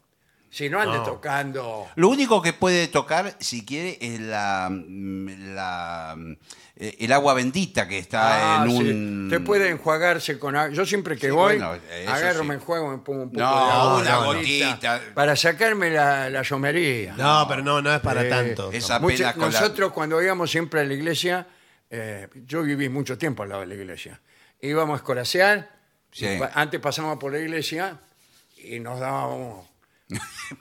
Si no, ande
No.
tocando...
Lo único que puede tocar, si quiere, es la, mm, la, mm, eh, el agua bendita que está
Ah,
en
sí.
un.
Usted puede enjuagarse con agua. Yo siempre que
Sí,
voy,
bueno, eso
agarro,
sí.
me enjuago, me pongo un poco
No,
de agua.
una
bonita,
gotita.
Para sacarme la, la llomería.
No, pero no, no es para
Eh,
tanto.
esa-
Mucha-
apenas con la-
nosotros cuando íbamos siempre a la iglesia, eh, yo viví mucho tiempo al lado de la iglesia, íbamos a escorasear,
Sí.
y pa- antes pasábamos por la iglesia y nos
[laughs]
dábamos,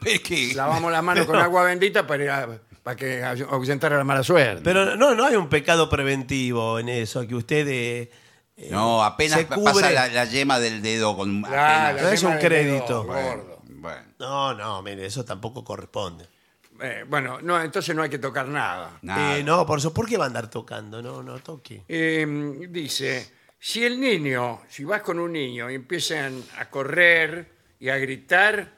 Es que-
lavábamos las manos con agua bendita para, ir a- para que ay- ahuyentara la mala suerte.
Pero no, no hay un pecado preventivo en eso, que usted eh, eh,
no, apenas
se
pa-
cubre.
pasa la, la yema del dedo con.
Claro,
apenas-
la
es
yema
un
del dedo,
crédito.
gordo.
Bueno,
No, no, mire, eso tampoco corresponde.
Eh, bueno, no, entonces no hay que tocar nada.
nada.
Eh, no, por eso, ¿por qué va a andar tocando? No,
[laughs]
no toque.
Eh, dice, si el niño, si vas con un niño y empiezan a correr y a gritar,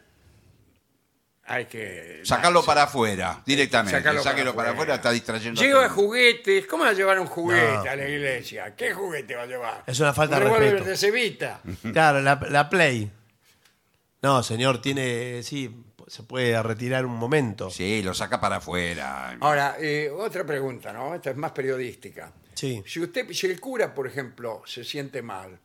hay que...
Sacarlo para afuera, directamente.
Sácalo
Sáquelo
para
para,
afuera.
afuera, está distrayendo.
Lleva
a todo el mundo.
juguetes, ¿cómo va a llevar un juguete
No.
a la iglesia? ¿Qué juguete va a llevar?
Es una falta de
Un revólver
respeto.
de cebita.
Claro, la, la Play. No, señor, tiene. Sí, se puede retirar un momento.
Sí, lo saca para afuera.
Ahora, eh, otra pregunta, ¿no? Esta es más periodística.
Sí.
Si usted, si el cura, por ejemplo, se siente mal,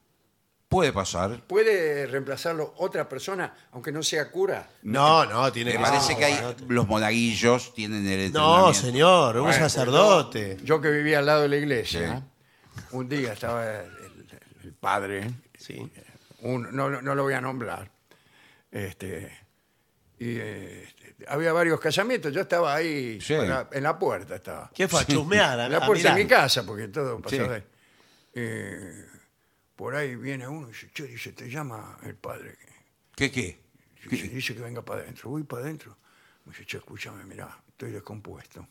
Puede pasar.
¿puede reemplazarlo otra persona, aunque no sea cura? Este,
No, no, tiene
Me
que
parece
no,
que hay,
no,
los monaguillos tienen el entrenamiento.
No, señor, un
Bueno,
sacerdote.
Yo que vivía al lado de la iglesia, un día estaba el, el- el padre,
Sí.
un- no, lo- no lo voy a nombrar, este, y eh, este, había varios casamientos, yo estaba ahí,
Sí. ah,
en, la, en la puerta estaba.
¿Qué fue? A chusmear. a-
En la
a
puerta de
mirar.
mi casa, porque todo pasaba
Sí.
ahí. Eh, por ahí viene uno y dice, che, dice, te llama el padre.
¿Qué qué?
Dice, dice que venga para adentro. Voy para adentro. Me dice, che, escúchame, mirá, estoy descompuesto.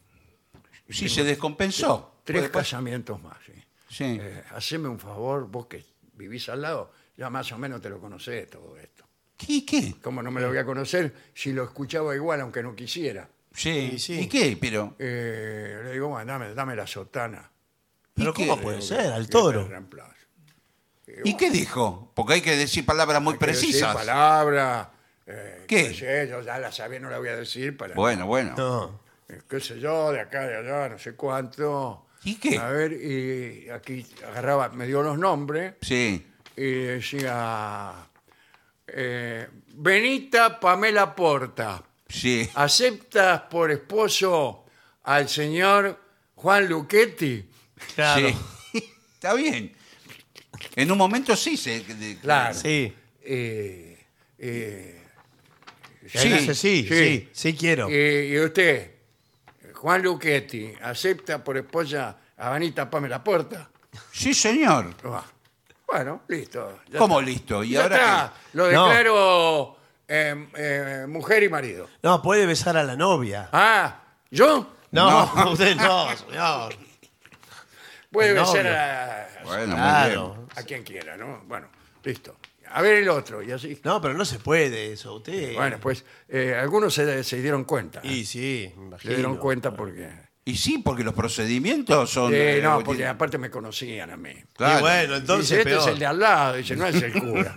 Sí, se descompensó.
Tres
Puede pasar.
casamientos más, sí.
Sí.
Eh, haceme un favor, vos que vivís al lado, ya más o menos te lo conocés todo esto.
¿Qué qué?
¿Cómo no me lo voy a conocer si lo escuchaba igual, aunque no quisiera?
Sí.
Y sí.
¿Y qué? Pero
Eh, le digo, bueno, dame, dame la sotana.
Pero
¿Y qué?
¿cómo
eh,
puede ser? Al
Y te
toro.
reemplazo.
¿y qué dijo? Porque hay que decir palabras muy
Quiero decir
precisas.
palabra. eh,
¿Qué?
sé, yo ya la sabía, no la voy a decir para.
Bueno, bueno.
No.
eh, qué sé yo, de acá, de allá, no sé cuánto.
¿Y qué?
A ver, y aquí agarraba, me dio los nombres
Sí.
y decía, eh, Benita Pamela Porta,
Sí.
¿aceptas por esposo al señor Juan Luchetti?
Claro.
Sí. [laughs] Está bien. En un momento sí se. de-
Claro.
Sí.
Eh, eh,
Sí, sí, sí, sí, quiero.
Eh, y usted, Juan Luchetti, ¿acepta por esposa a Vanita Pamela Porta?
Sí, señor.
Ah, Bueno, listo. ya
¿Cómo
está.
listo? ¿Y
Ya
ahora
está, Lo
No.
declaro eh, eh, mujer y marido.
No, puede besar a la novia.
Ah, ¿yo?
No, [laughs] usted no, señor.
Puede
No,
ser eh,
no.
a,
qué? Bueno, muy bien.
Claro.
a quien quiera, ¿no? Bueno, listo. A ver el otro, y así.
No, pero no se puede eso. Usted.
Bueno, pues eh, algunos se, se dieron cuenta.
Y sí, me imagino.
se dieron cuenta porque...
Y sí, porque los procedimientos son.
Eh,
eh,
no,
tienen-
porque aparte me conocían a mí.
Claro.
Y bueno,
Dice,
entonces
este
peor.
es el de al lado, dice, no es el
[laughs]
cura.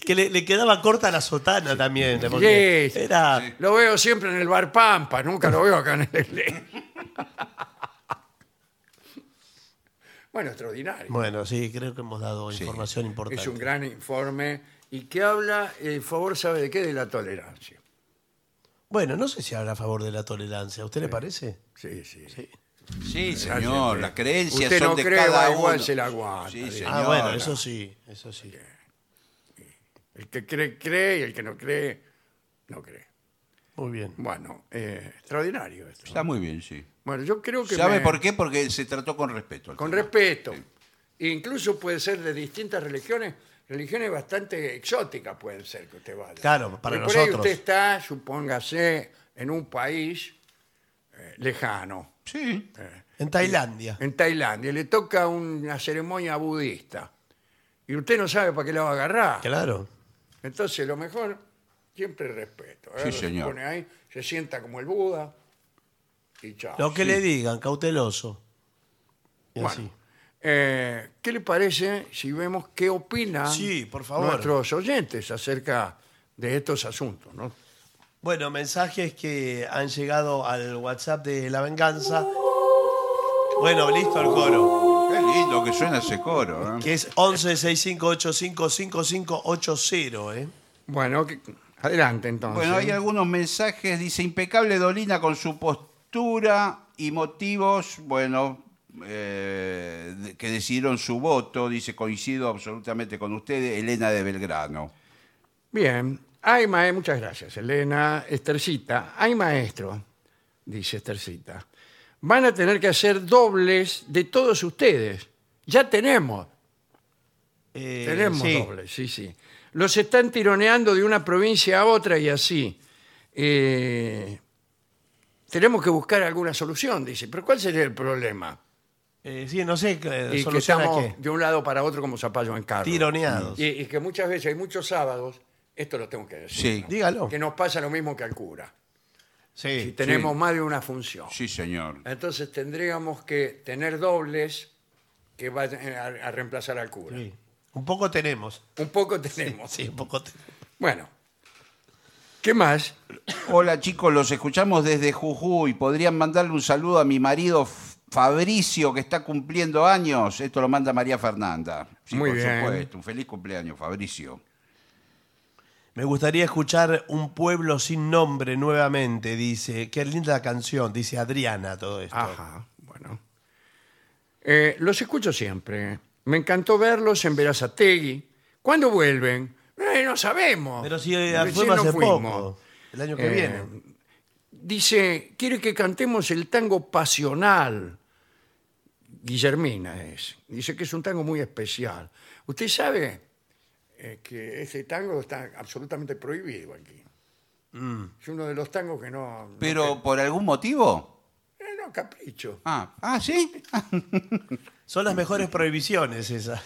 Que le, le quedaba corta la sotana también. porque
Sí.
Era.
Lo veo siempre en el bar Pampa, nunca lo veo acá en el. E. [laughs] bueno, extraordinario.
Bueno, sí, creo que hemos dado información importante.
es un gran informe y que habla, en favor, ¿sabe de qué? De la tolerancia.
Bueno, no sé si habla a favor de la tolerancia. ¿A usted le parece?
Sí, sí.
Sí, señor. Las creencias
Usted
son
no
de
cree,
cada
va igual,
uno.
se la aguanta,
Sí,
digo.
señor.
Ah, bueno, eso sí, eso sí.
El que cree, cree y el que no cree, no cree.
Muy bien.
Bueno, eh, extraordinario esto.
Está muy bien, sí.
Bueno, yo creo que.
¿Sabe
me-
por qué? Porque se trató con respeto. al
Con
tema.
respeto. Incluso puede ser de distintas religiones, religiones bastante exóticas pueden ser que usted vaya.
Claro, para
Y por ahí
nosotros.
usted está, supóngase, en un país eh, lejano,
Sí.
En Tailandia.
en Tailandia, y le toca una ceremonia budista. Y usted no sabe para qué la va a agarrar.
Claro.
Entonces, lo mejor, siempre respeto. Agarra, se
señor.
pone ahí, se sienta como el Buda y chao.
Lo que le digan, cauteloso. Y
Ah, Bueno,
así.
eh, ¿Qué le parece si vemos qué opinan
Sí, por favor.
nuestros oyentes acerca de estos asuntos? ¿no?
Bueno, mensajes que han llegado al WhatsApp de La Venganza. Bueno, listo el coro.
Qué lindo que suena ese coro. ¿eh?
Que es 1165855580, ¿eh?
Bueno, que- adelante entonces.
Bueno, hay algunos mensajes. Dice, impecable Dolina con su postura y motivos, bueno, eh, de- que decidieron su voto. Dice, coincido absolutamente con ustedes, Elena de Belgrano.
Bien. Ay, mae, muchas gracias, Elena. Estercita. Ay, maestro, dice Estercita. Van a tener que hacer dobles de todos ustedes. Ya tenemos.
Eh,
Tenemos
sí.
dobles, sí, sí. Los están tironeando de una provincia a otra y así. Eh, tenemos que buscar alguna solución, dice. Pero ¿cuál sería el problema?
Eh, sí, no sé,
Y que
soluciona
estamos
qué.
de un lado para otro como zapallo en carro.
Tironeados.
Y, y que muchas veces, hay muchos sábados, esto lo tengo que decir,
Sí,
Dígalo.
que nos pasa lo mismo que al cura. Si
Sí.
tenemos más de una función.
sí, señor.
Entonces tendríamos que tener dobles que vayan a, a reemplazar al cura.
sí. Un poco tenemos.
Un poco tenemos.
Sí, un poco tenemos.
Bueno, ¿qué más?
Hola chicos, los escuchamos desde Jujuy. ¿Podrían mandarle un saludo a mi marido F- Fabricio, que está cumpliendo años? Esto lo manda María Fernanda. Sí,
Muy
por
bien.
supuesto. Un feliz cumpleaños, Fabricio.
Me gustaría escuchar Un pueblo sin nombre nuevamente, dice. Qué linda canción, dice Adriana todo esto.
Ajá, bueno. Eh, los escucho siempre. Me encantó verlos en Verazategui. ¿Cuándo vuelven? Eh, no sabemos.
Pero si eh,
Recién
fue
no
hace
fuimos.
poco, el año que
Eh,
viene.
Dice, quiere que cantemos el tango pasional. Guillermina es. Dice que es un tango muy especial. Usted sabe eh, que ese tango está absolutamente prohibido aquí.
Mm.
Es uno de los tangos que no... no
¿Pero por algún motivo?
Eh, no, capricho.
Ah, ah sí.
Son las mejores prohibiciones esas.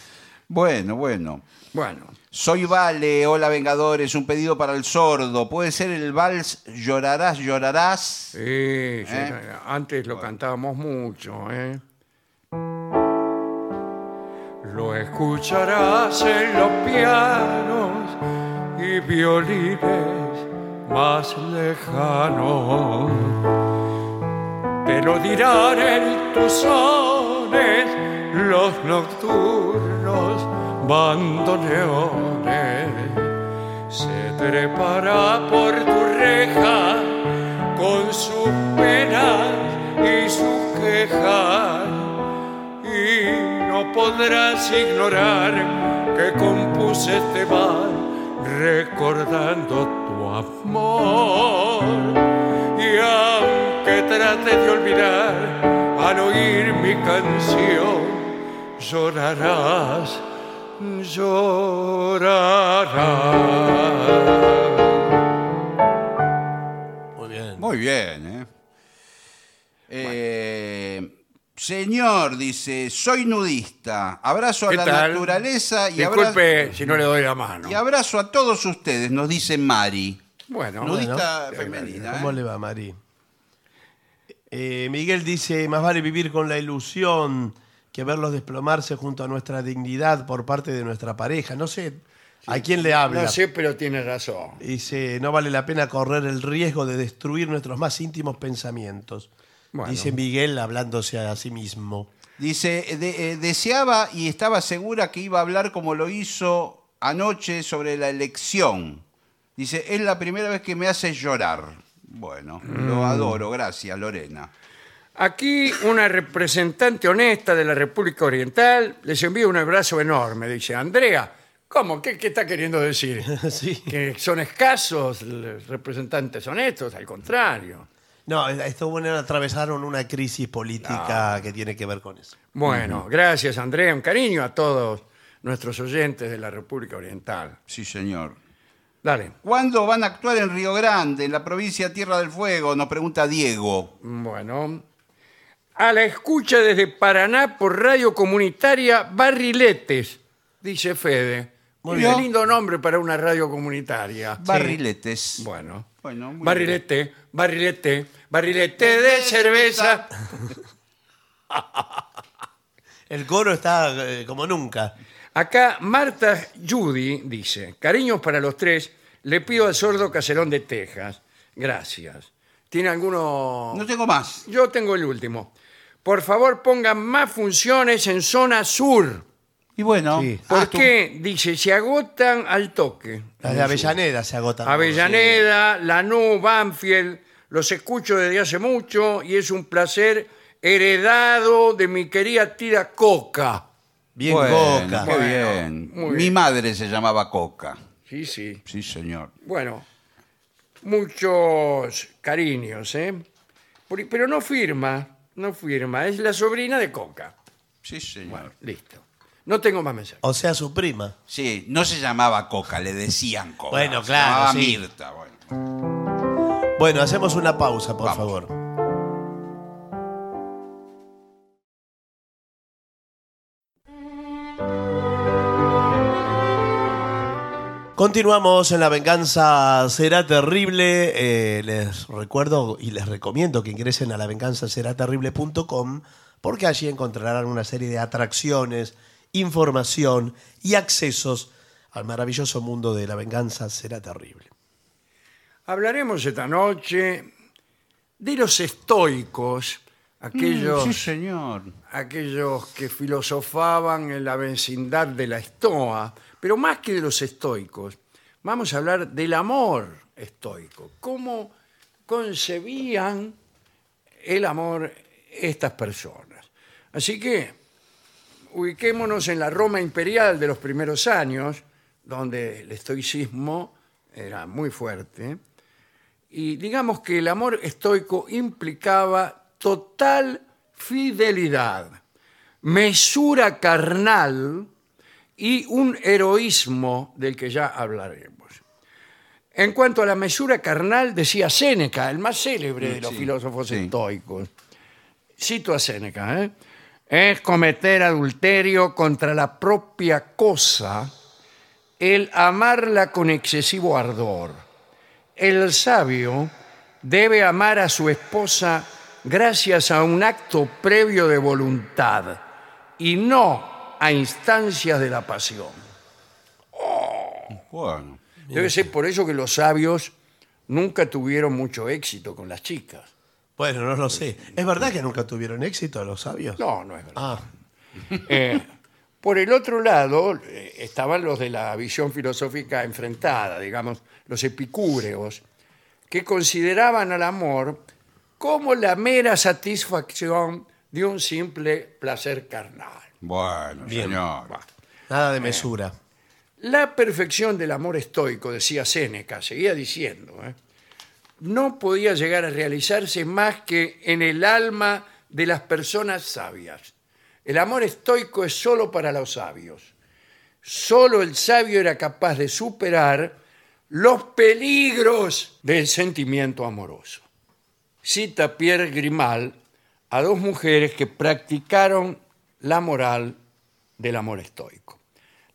Bueno, bueno.
Bueno,
Soy Vale, hola Vengadores, un pedido para el sordo. Puede ser el vals Llorarás, llorarás.
sí, sí, antes lo cantábamos mucho. ¿eh? Lo escucharás en los pianos y violines más lejanos. te lo dirán en tus sones los nocturnos bandoneones. Se trepará por tu reja con sus penas y sus quejas y no podrás ignorar que compuse este bar recordando tu amor. Y aunque trate de olvidar al oír mi canción, llorarás, llorarás.
Muy bien.
Muy bien, ¿eh? Eh, Señor, dice, soy nudista. Abrazo a
¿Qué
la
tal?
naturaleza y
Disculpe
abrazo,
si no le doy la mano.
y abrazo a todos ustedes, nos dice Mari.
Bueno,
Nudista
bueno.
femenina.
¿Cómo
¿eh?
le va, Mari? Eh, Miguel dice, más vale vivir con la ilusión que verlos desplomarse junto a nuestra dignidad por parte de nuestra pareja. No sé a quién le habla.
no sé, pero tiene razón.
Dice, no vale la pena correr el riesgo de destruir nuestros más íntimos pensamientos.
Bueno.
Dice Miguel hablándose a sí mismo.
Dice, de- eh, deseaba y estaba segura que iba a hablar como lo hizo anoche sobre la elección. Dice, es la primera vez que me hace llorar. Bueno,
Mm.
lo adoro, gracias Lorena.
Aquí una representante honesta de la República Oriental les envía un abrazo enorme. Dice, Andrea, ¿cómo? ¿Qué, qué está queriendo
[laughs]
decir?
sí.
Que son escasos los representantes honestos, al contrario.
No, estos buenos atravesaron una crisis política
Ah.
que tiene que ver con eso.
Bueno, gracias Andrea, un cariño a todos nuestros oyentes de la República Oriental.
Sí, señor.
Dale.
¿Cuándo van a actuar en Río Grande, en la provincia Tierra del Fuego? Nos pregunta Diego.
Bueno. A la escucha desde Paraná por radio comunitaria Barriletes, dice Fede.
Muy
Muy
bien.
lindo nombre para una radio comunitaria.
Barriletes.
Bueno.
Bueno, muy
barrilete, barrilete, barrilete de cerveza.
El coro está eh, como nunca.
Acá Marta Judy dice, cariños para los tres, le pido al sordo Caserón de Texas. Gracias. ¿Tiene alguno?
No tengo más.
Yo tengo el último. Por favor, pongan más funciones en zona sur.
Y bueno,
Sí.
¿Por
ah, tú-
qué? Dice, se agotan al toque.
Las de Avellaneda se agotan.
Avellaneda, Lanús, Banfield, los escucho desde hace mucho y es un placer heredado de mi querida tira Coca.
Bien
Bueno,
coca.
qué
Bueno,
bien.
muy
Mi
bien.
madre se llamaba Coca.
Sí, sí.
Sí, señor.
Bueno, muchos cariños, ¿eh? Por- Pero no firma, no firma, es la sobrina de Coca.
Sí, señor.
Listo. No tengo más mensajes.
O sea, su prima.
Sí, no se llamaba Coca, le decían Coca.
Bueno,
se
claro,
llamaba
sí.
Mirta, bueno.
Bueno, hacemos una pausa, por
Vamos.
favor. Continuamos en La Venganza Será Terrible. Eh, les recuerdo y les recomiendo que ingresen a lavenganzaseraterrible.com porque allí encontrarán una serie de atracciones, información y accesos al maravilloso mundo de La Venganza Será Terrible.
Hablaremos esta noche de los estoicos,
Mm,
aquellos
Sí, señor.
aquellos que filosofaban en la vecindad de la estoa, pero más que de los estoicos, vamos a hablar del amor estoico. ¿Cómo concebían el amor estas personas? Así que ubiquémonos en la Roma imperial de los primeros años, donde el estoicismo era muy fuerte, y digamos que el amor estoico implicaba total fidelidad, mesura carnal y un heroísmo del que ya hablaremos. En cuanto a la mesura carnal, decía Séneca, el más célebre de los
Sí,
filósofos
sí.
estoicos. Cito a Séneca, ¿eh? es cometer adulterio contra la propia cosa, el amarla con excesivo ardor. El sabio debe amar a su esposa gracias a un acto previo de voluntad y no a instancias de la pasión.
Bueno.
Debe ser por eso que los sabios nunca tuvieron mucho éxito con las chicas.
Bueno, no lo sé. ¿Es verdad que nunca tuvieron éxito los sabios?
No, no es verdad.
Ah,
Eh, [laughs] por el otro lado eh, estaban los de la visión filosófica enfrentada, digamos, los epicúreos, que consideraban al amor como la mera satisfacción de un simple placer carnal.
Bueno, señor.
Bah.
nada de mesura.
La perfección del amor estoico, decía Séneca, seguía diciendo, ¿eh? no podía llegar a realizarse más que en el alma de las personas sabias. El amor estoico es solo para los sabios. Solo el sabio era capaz de superar los peligros del sentimiento amoroso. Cita Pierre Grimal a dos mujeres que practicaron la moral del amor estoico.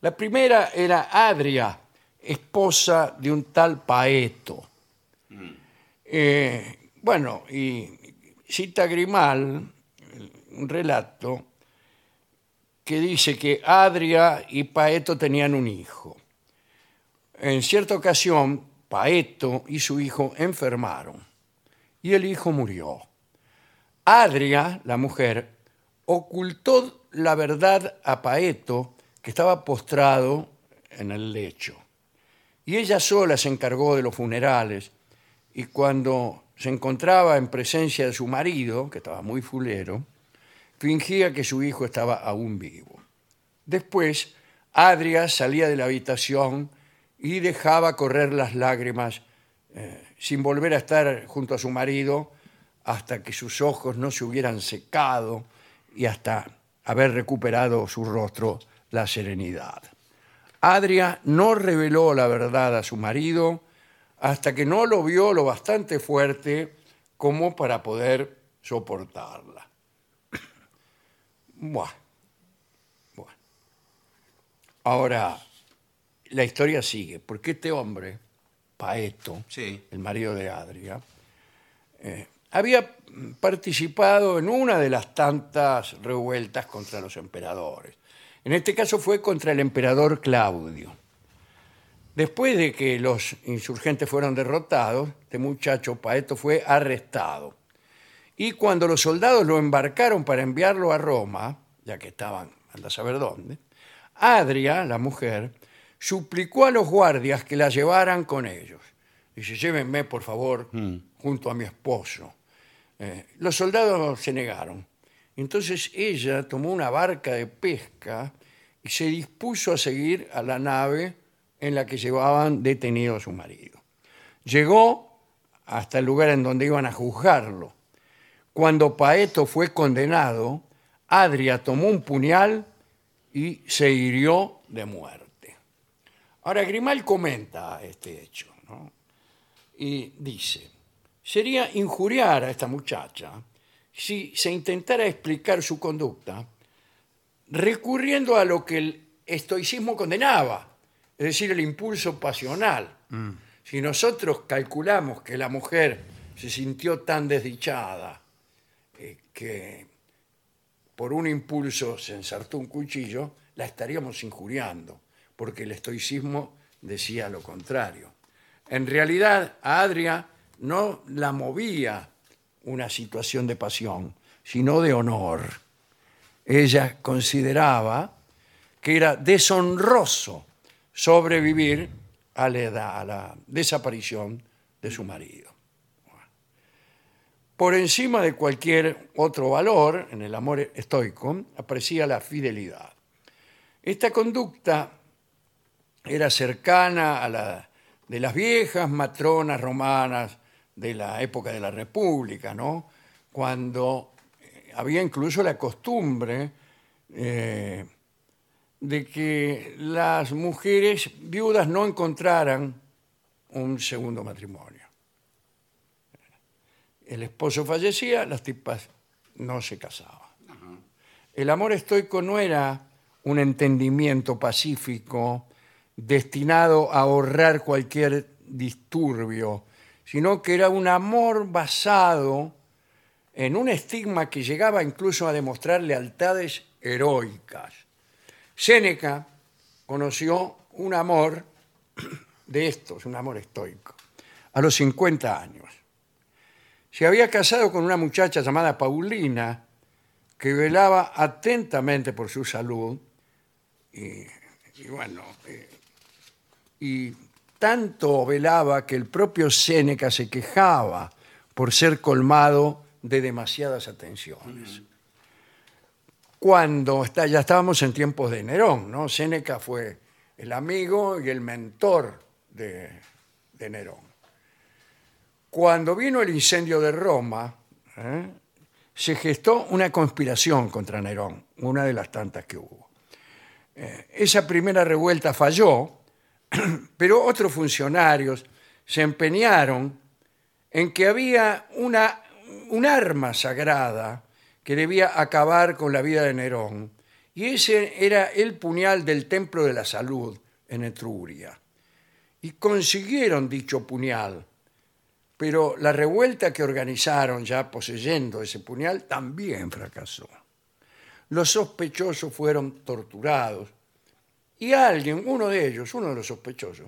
La primera era Adria, esposa de un tal Paeto. Eh, bueno, y cita Grimal un relato que dice que Adria y Paeto tenían un hijo. En cierta ocasión, Paeto y su hijo enfermaron y el hijo murió. Adria, la mujer, ocultó la verdad a Paeto, que estaba postrado en el lecho. Y ella sola se encargó de los funerales y cuando se encontraba en presencia de su marido, que estaba muy fulero, fingía que su hijo estaba aún vivo. Después, Adria salía de la habitación y dejaba correr las lágrimas eh, sin volver a estar junto a su marido hasta que sus ojos no se hubieran secado y hasta haber recuperado su rostro la serenidad. Adria no reveló la verdad a su marido hasta que no lo vio lo bastante fuerte como para poder soportarla. [clears throat] Buah. Buah. Ahora, la historia sigue, porque este hombre, Paeto,
Sí.
el marido de Adria, eh, había participado en una de las tantas revueltas contra los emperadores. En este caso fue contra el emperador Claudio. Después de que los insurgentes fueron derrotados, este muchacho Paeto fue arrestado. Y cuando los soldados lo embarcaron para enviarlo a Roma, ya que estaban, anda a saber dónde, Adria, la mujer, suplicó a los guardias que la llevaran con ellos. Dice, llévenme, por favor, junto a mi esposo. Eh, los soldados se negaron. Entonces ella tomó una barca de pesca y se dispuso a seguir a la nave en la que llevaban detenido a su marido. Llegó hasta el lugar en donde iban a juzgarlo. Cuando Paeto fue condenado, Adria tomó un puñal y se hirió de muerte. Ahora, Grimal comenta este hecho ¿no? y dice, sería injuriar a esta muchacha si se intentara explicar su conducta recurriendo a lo que el estoicismo condenaba, es decir, el impulso pasional. Si nosotros calculamos que la mujer se sintió tan desdichada eh, que por un impulso se ensartó un cuchillo, la estaríamos injuriando, porque el estoicismo decía lo contrario. En realidad, a Adria no la movía una situación de pasión, sino de honor. Ella consideraba que era deshonroso sobrevivir a la, edad- a la desaparición de su marido por encima de cualquier otro valor en el amor estoico, aprecia la fidelidad. Esta conducta era cercana a la de las viejas matronas romanas de la época de la República, ¿no? Cuando eh, había incluso la costumbre eh, de que las mujeres viudas no encontraran un segundo matrimonio el esposo fallecía, las tipas no se casaban. El amor estoico no era un entendimiento pacífico destinado a ahorrar cualquier disturbio, sino que era un amor basado en un estigma que llegaba incluso a demostrar lealtades heroicas. Séneca conoció un amor de estos, un amor estoico, a los 50 años se había casado con una muchacha llamada Paulina, que velaba atentamente por su salud. Y, y bueno, eh, y tanto velaba que el propio Séneca se quejaba por ser colmado de demasiadas atenciones. Cuando está, ya estábamos en tiempos de Nerón, ¿no? Séneca fue el amigo y el mentor de, de Nerón. Cuando vino el incendio de Roma, ¿eh? se gestó una conspiración contra Nerón, una de las tantas que hubo. Eh, esa primera revuelta falló, [clears throat] pero otros funcionarios se empeñaron en que había una, un arma sagrada que debía acabar con la vida de Nerón, y ese era el puñal del Templo de la Salud en Etruria. Y consiguieron dicho puñal, pero la revuelta que organizaron ya poseyendo ese puñal también fracasó. Los sospechosos fueron torturados y alguien, uno de ellos, uno de los sospechosos,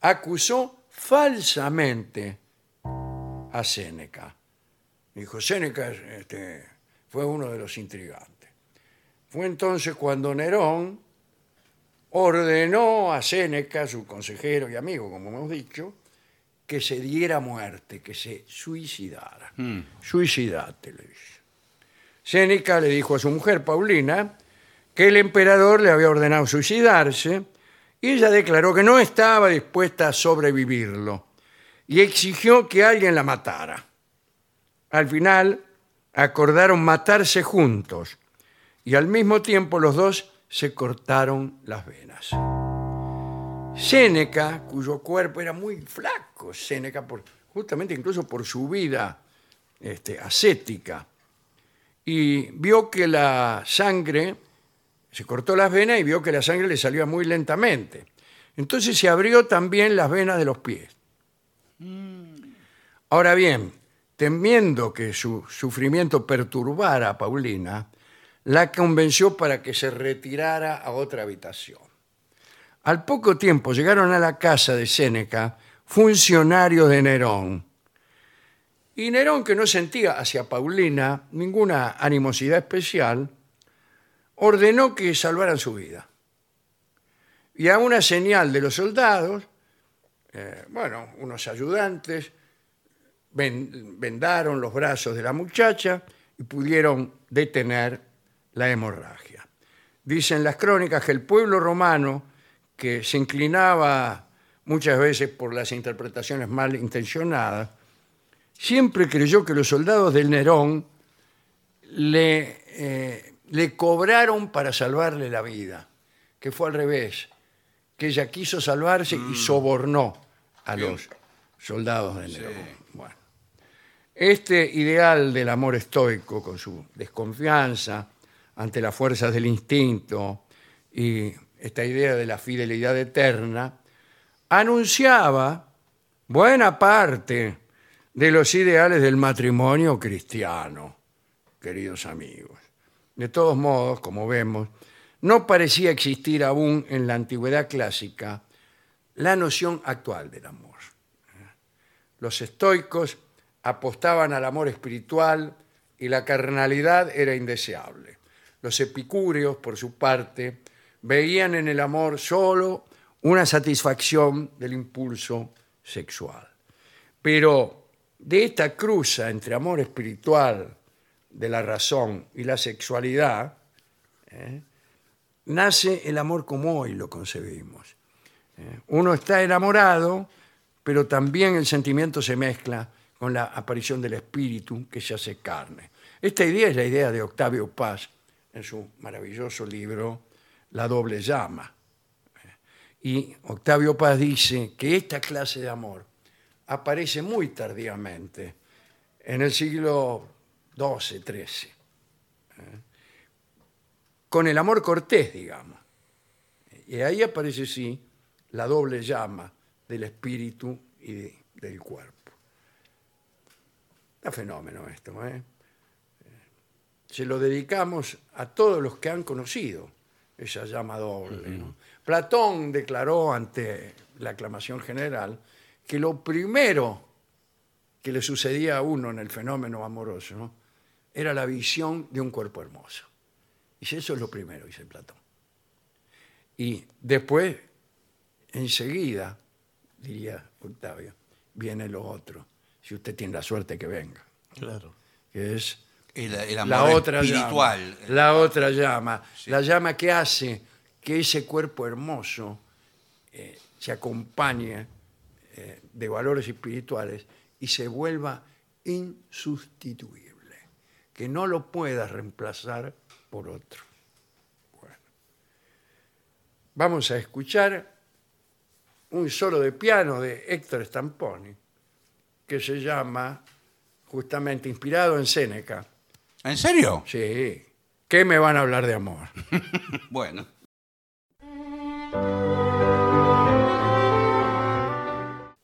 acusó falsamente a Séneca. Dijo, Séneca este, fue uno de los intrigantes. Fue entonces cuando Nerón ordenó a Séneca, su consejero y amigo, como hemos dicho, que se diera muerte, que se suicidara. Suicidate, le dice. Séneca le dijo a su mujer, Paulina, que el emperador le había ordenado suicidarse y ella declaró que no estaba dispuesta a sobrevivirlo y exigió que alguien la matara. Al final acordaron matarse juntos y al mismo tiempo los dos se cortaron las venas. Séneca, cuyo cuerpo era muy flaco, Séneca, por- justamente incluso por su vida este, ascética, y vio que la sangre, se cortó las venas y vio que la sangre le salía muy lentamente. Entonces se abrió también las venas de los pies. Ahora bien, temiendo que su sufrimiento perturbara a Paulina, la convenció para que se retirara a otra habitación. Al poco tiempo llegaron a la casa de Séneca funcionarios de Nerón. Y Nerón, que no sentía hacia Paulina ninguna animosidad especial, ordenó que salvaran su vida. Y a una señal de los soldados, eh, bueno, unos ayudantes, ven- vendaron los brazos de la muchacha y pudieron detener la hemorragia. Dicen las crónicas que el pueblo romano, que se inclinaba muchas veces por las interpretaciones mal intencionadas, siempre creyó que los soldados del Nerón le, eh, le cobraron para salvarle la vida, que fue al revés, que ella quiso salvarse y sobornó a los soldados de Nerón. Bueno. Este ideal del amor estoico, con su desconfianza ante las fuerzas del instinto y esta idea de la fidelidad eterna, anunciaba buena parte de los ideales del matrimonio cristiano queridos amigos. De todos modos, como vemos, no parecía existir aún en la antigüedad clásica la noción actual del amor. Los estoicos apostaban al amor espiritual y la carnalidad era indeseable. Los epicúreos, por su parte, veían en el amor solo una satisfacción del impulso sexual. Pero de esta cruza entre amor espiritual de la razón y la sexualidad, ¿eh? nace el amor como hoy lo concebimos. ¿eh? Uno está enamorado, pero también el sentimiento se mezcla con la aparición del espíritu que se hace carne. Esta idea es la idea de Octavio Paz en su maravilloso libro La doble llama. Y Octavio Paz dice que esta clase de amor aparece muy tardíamente, en el siglo XII, XIII, ¿eh? con el amor cortés, digamos. Y ahí aparece, sí, la doble llama del espíritu y de- del cuerpo. Está fenómeno esto, ¿eh? Se lo dedicamos a todos los que han conocido esa llama doble. ¿no? Platón declaró ante la aclamación general que lo primero que le sucedía a uno en el fenómeno amoroso era la visión de un cuerpo hermoso. Dice, eso es lo primero, dice Platón. Y después, enseguida, diría Octavio, viene lo otro, si usted tiene la suerte que venga,
Claro.
que es
El, el
la
amor
otra
espiritual.
llama, la otra llama, la llama que hace que ese cuerpo hermoso eh, se acompañe eh, de valores espirituales y se vuelva insustituible, que no lo puedas reemplazar por otro. Bueno. Vamos a escuchar un solo de piano de Héctor Stamponi que se llama justamente inspirado en Séneca.
¿En serio?
Sí. ¿Qué me van a hablar de amor?
Bueno.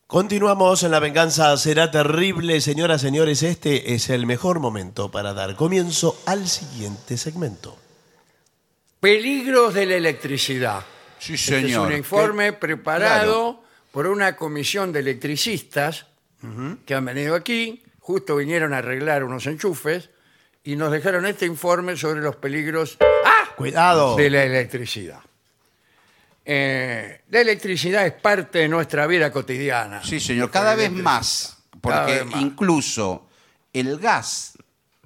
Continuamos en La Venganza Será Terrible. Señoras, señores, este es el mejor momento para dar comienzo al siguiente segmento.
Peligros de la electricidad.
Sí,
Este
señor.
es un informe preparado por una comisión de electricistas que han venido aquí, justo vinieron a arreglar unos enchufes y nos dejaron este informe sobre los peligros ¡Ah!
Cuidado.
de la electricidad. Eh, la electricidad es parte de nuestra vida cotidiana.
Sí, señor, cada vez más,
Cada
porque
vez más.
incluso el gas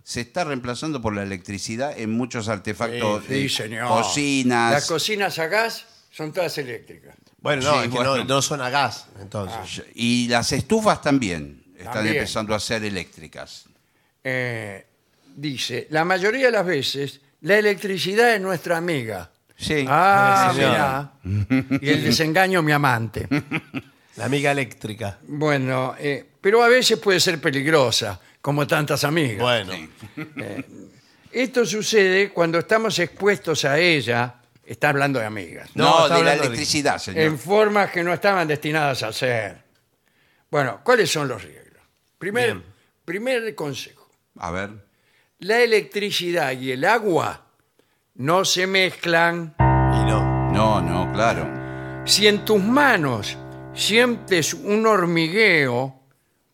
se está reemplazando por la electricidad en muchos artefactos
Sí,
de
señor. Las
Eh, cocinas
cocinas a gas son todas eléctricas.
Bueno, no,
Sí,
es que
bueno.
no, no son a gas, entonces.
y las estufas también están
También.
empezando a ser eléctricas.
eh, dice, la mayoría de las veces la electricidad es nuestra amiga.
Sí.
Ah,
Sí, señor.
mirá. Y el desengaño mi amante.
La amiga eléctrica.
Bueno, eh, pero a veces puede ser peligrosa, como tantas amigas.
Bueno,
Esto sucede cuando estamos expuestos a ella, está hablando de amigas,
No,
No,
está
de la
hablando de-
electricidad, señor.
en formas que no estaban destinadas a ser. Bueno, ¿cuáles son los riesgos? Primer,
Bien.
primer consejo.
A ver.
La electricidad y el agua no se mezclan.
y no.
No, no, claro.
Si en tus manos sientes un hormigueo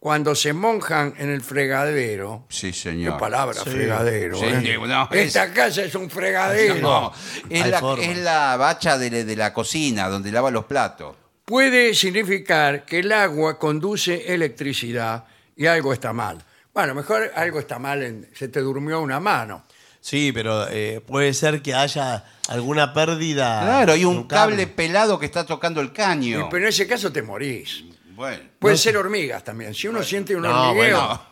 cuando se monjan en el fregadero,
Sí,
qué
señor.
palabra
Sí.
fregadero.
Sí,
¿eh?
no, es-
Esta casa es un fregadero.
No, es
Hay
la,
forma.
es la bacha de, de la cocina donde lava los platos.
Puede significar que el agua conduce electricidad y algo está mal. Bueno, mejor algo está mal, en- se te durmió una mano.
Sí, pero eh, puede ser que haya alguna pérdida.
Claro, hay
de
un cable pelado que está tocando el
Ah, Y-
caño.
Pero en ese caso te morís.
Bueno.
Pueden ser hormigas también. Si uno siente un
No,
hormigueo,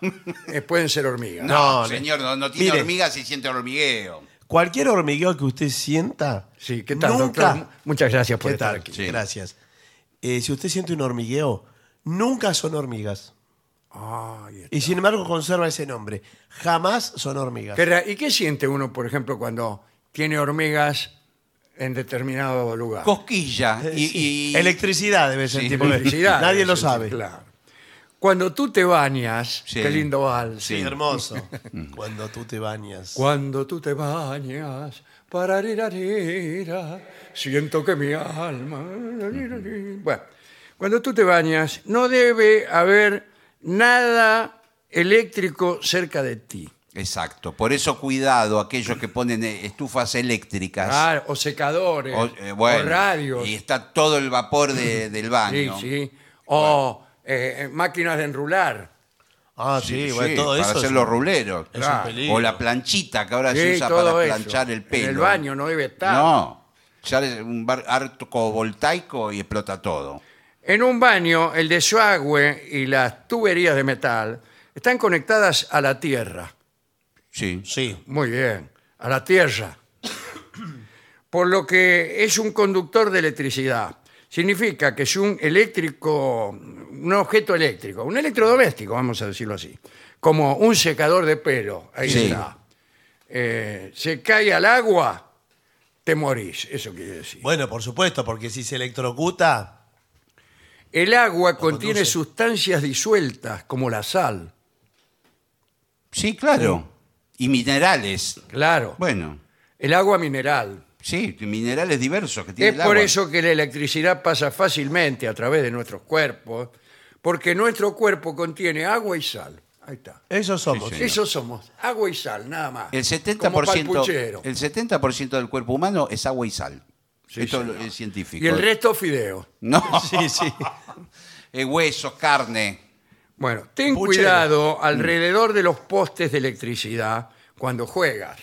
eh, pueden ser hormigas.
No,
Señor, no, no tiene
Mire.
hormigas y siente hormigueo.
Cualquier hormigueo que usted sienta.
Sí, ¿qué tal,
nunca,
doctor? Muchas gracias por
¿Qué
estar
tal?
aquí.
Sí.
Gracias. Eh, si usted siente un hormigueo, nunca son hormigas.
Ay,
Y sin embargo conserva ese nombre. Jamás son hormigas.
Qué ra- ¿Y qué siente uno, por ejemplo, cuando tiene hormigas en determinado lugar?
Cosquilla
Eh,
y,
sí.
y-
Electricidad debe
Sí, [laughs]
sentir. porque
Electricidad,
[laughs] Nadie lo
sí,
sabe.
Claro. Cuando tú te bañas,
Sí.
qué lindo vals.
Sí, hermoso. Cuando tú te bañas.
Cuando tú te bañas, pararira, siento que mi alma. Bueno, cuando tú te bañas, no debe haber nada eléctrico cerca de ti.
Exacto. Por eso cuidado aquellos que ponen eh, estufas eléctricas.
Ah, o secadores,
O,
o,
eh, bueno,
radios.
Y está todo el vapor de- del
Sí,
baño.
sí. O eh, máquinas de enrular.
Ah, sí, bueno,
Sí,
todo
para
eso.
hacer
es-
los ruleros.
es
Claro.
un peligro.
O la planchita que ahora se
Sí,
usa
todo
para
eso.
planchar el pelo.
En el baño no debe estar.
No. Sale un bar arco voltaico y explota todo.
En un baño, el desagüe y las tuberías de metal están conectadas a la tierra.
Sí.
Sí.
Muy bien, a la tierra. Por lo que es un conductor de electricidad. Significa que es un eléctrico, un objeto eléctrico, un electrodoméstico, vamos a decirlo así. Como un secador de pelo, ahí
Sí.
está. Eh, se cae al agua, te morís, eso quiere decir.
Bueno, por supuesto, porque si se electrocuta.
El agua contiene
conduce.
sustancias disueltas, como la sal.
Sí, claro. Y minerales.
Claro.
Bueno,
El agua mineral.
sí, minerales diversos que tiene
Es
el
por
agua.
eso que la electricidad pasa fácilmente a través de nuestros cuerpos, porque nuestro cuerpo contiene agua y sal. Ahí está.
Eso somos.
Sí,
Eso somos, agua y sal, nada más.
El
Como
70%,
palpuchero.
el 70 del cuerpo humano es agua y sal. Esto
señor.
es científico.
Y el resto fideo. [laughs]
No,
Sí, sí.
[laughs] Eh, huesos, carne.
Bueno, ten
Mm.
Puchero.
cuidado alrededor de los postes de electricidad cuando juegas.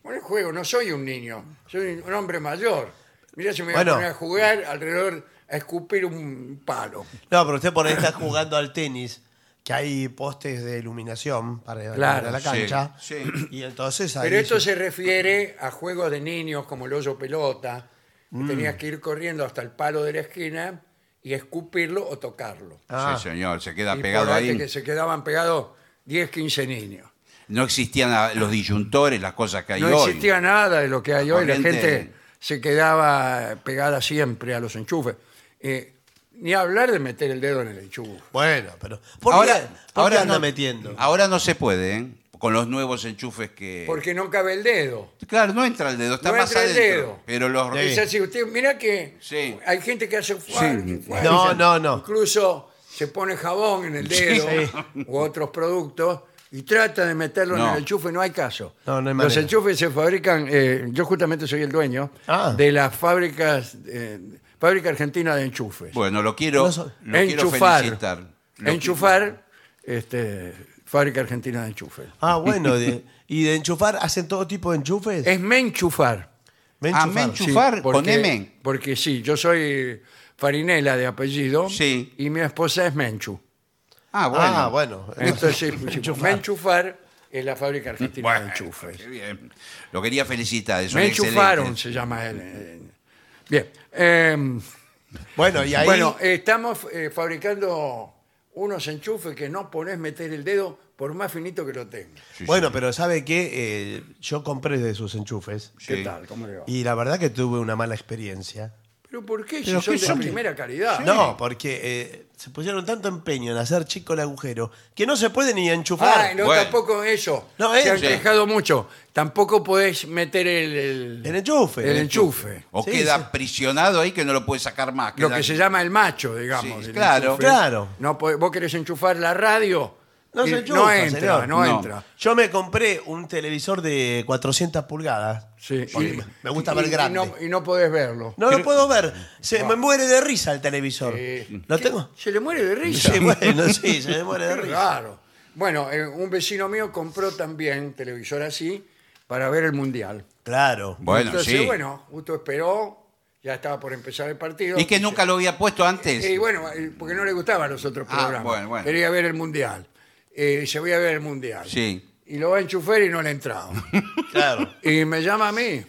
Bueno, yo juego, no soy un niño, soy un hombre mayor. Mira si me
Bueno.
voy a poner a jugar alrededor a escupir un palo.
No, pero usted por ahí está jugando al tenis, que hay postes de iluminación para
Claro,
para la
sí,
cancha.
sí.
Y entonces ahí
Pero esto
sí.
se refiere a juegos de niños como el hoyo pelota, que
Mm.
tenías que ir corriendo hasta el palo de la esquina y escupirlo o tocarlo.
Ah.
Sí, señor, se queda
y
pegado
por ahí
ahí.
que se quedaban pegados 10, 15 niños.
No existían ah, los disyuntores, las cosas que hay
No
hoy.
existía nada de lo que hay hoy. La
Corriente.
gente se quedaba pegada siempre a los enchufes. Eh, ni hablar de meter el dedo en el enchufe.
Bueno, pero. ¿Por
ahora,
qué, por qué
ahora
anda
no,
metiendo?
Ahora no se puede, ¿eh? Con los nuevos enchufes que.
Porque no cabe el dedo.
Claro, no entra el dedo, está
No
más
entra el
adentro.
dedo.
Pero los.
Sí.
Es así, usted, mira que
Sí.
hay gente que hace fuar, fuar,
No,
y se-
no, no.
Incluso se pone jabón en el dedo u otros productos y trata de meterlo en
No.
el enchufe, no hay caso.
No, no hay
Los
manera.
enchufes se fabrican, eh, yo justamente soy el dueño
Ah.
de las fábricas, eh, fábrica argentina de enchufes.
Bueno, lo quiero,
No so-
lo quiero
enchufar.
felicitar. Lo
enchufar, este, fábrica argentina de enchufes.
Ah, bueno, de- y de enchufar, hacen todo tipo de enchufes.
Es me enchufar.
Me
Ah, me
Sí,
Enchufar con M.
Porque sí, yo soy Farinela de apellido
Sí.
y mi esposa es
[laughs]
Menchu.
quiero- Ah, bueno.
Ah, bueno.
Entonces, pusimos,
Enchufar.
me enchufar es la fábrica argentina
Bueno,
de enchufes.
qué bien. Lo quería felicitar. son
Me enchufaron,
excelentes.
se llama él. eh, Bien. eh,
Bueno, y ahí.
Bueno, eh, estamos eh, fabricando unos enchufes que no podés meter el dedo por más finito que lo tengas.
Sí,
bueno,
sí.
pero ¿sabe qué? Eh, yo compré de sus enchufes.
¿Qué
Sí.
tal? ¿Cómo le va?
Y la verdad que tuve una mala experiencia.
¿Pero por qué? Si
¿Pero
son
qué
de
son?
primera calidad.
No, porque eh, se pusieron tanto empeño en hacer chico el agujero que no se puede ni enchufar.
Ah, no,
Bueno.
tampoco eso.
No, este.
Se
eso.
han quejado mucho. Tampoco podés meter el... El,
El enchufe.
el
El
enchufe.
O
Sí,
queda
sí.
prisionado ahí que no lo puede sacar más.
Lo
queda-
que se llama el macho, digamos.
Sí,
el
claro.
enchufe.
Claro.
No, podés- vos querés enchufar la radio.
No
y
se enchufa,
no entra,
señor.
no,
No.
entra.
Yo me compré un televisor de 400 pulgadas.
Sí,
Porque
y-
me gusta
y-
ver
y
grande.
no- Y no, podés verlo.
No lo puedo ver. Se
Ah.
me muere de risa el televisor.
Eh,
¿Lo
¿qué?
tengo?
Se le muere de risa.
Sí, bueno, sí, se me muere de
Qué
risa.
Ah.
raro. Bueno, eh, un vecino mío compró también un televisor así para ver el Mundial.
Claro.
Bueno,
Entonces,
sí.
bueno, justo esperó, ya estaba por empezar el partido.
Y que nunca lo había puesto antes.
Y bueno, eh, porque no le gustaban los otros
Ah,
programas.
bueno, bueno.
Quería ver el Mundial. Eh, se voy a ver el Mundial.
Sí.
Y lo va a enchufar y no le
[laughs]
entraba.
Claro.
y me llama a mí,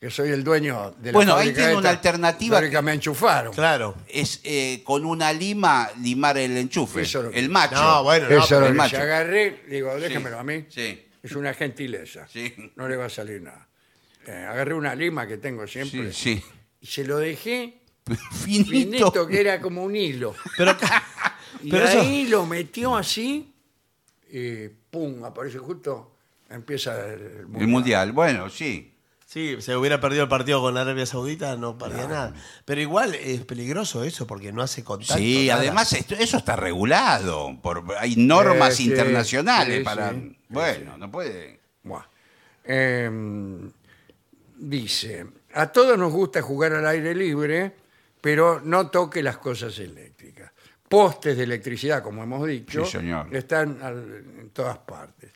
que soy el dueño de la
Bueno, ahí
fábrica
tiene
esta,
una alternativa
fábrica me enchufaron.
Claro.
Es eh, con una lima limar el enchufe.
Eso lo-
El macho.
No, bueno, no,
Eso
pero
lo
el
que
macho.
se agarré, digo,
Sí,
déjemelo a mí.
Sí.
Es una gentileza.
Sí.
No le va a salir nada. Eh, agarré una lima que tengo siempre
Sí, sí. [laughs]
y se lo dejé
Finito.
finito, que era como un hilo.
Pero,
[laughs]
Y
pero eso-
ahí lo metió así y pum, aparece justo, empieza el mundial.
El mundial, bueno, sí.
Sí, se hubiera perdido el partido con Arabia Saudita, no perdía nada. Pero igual es peligroso eso porque no hace contacto.
Sí,
nada.
además esto- eso está regulado. Por, hay normas
Eh, sí,
internacionales
sí,
para.
sí,
bueno, no puede.
Buah. Eh, dice, a todos nos gusta jugar al aire libre, pero no toque las cosas eléctricas. Postes de electricidad, como hemos dicho,
Sí, señor.
están al- en todas partes.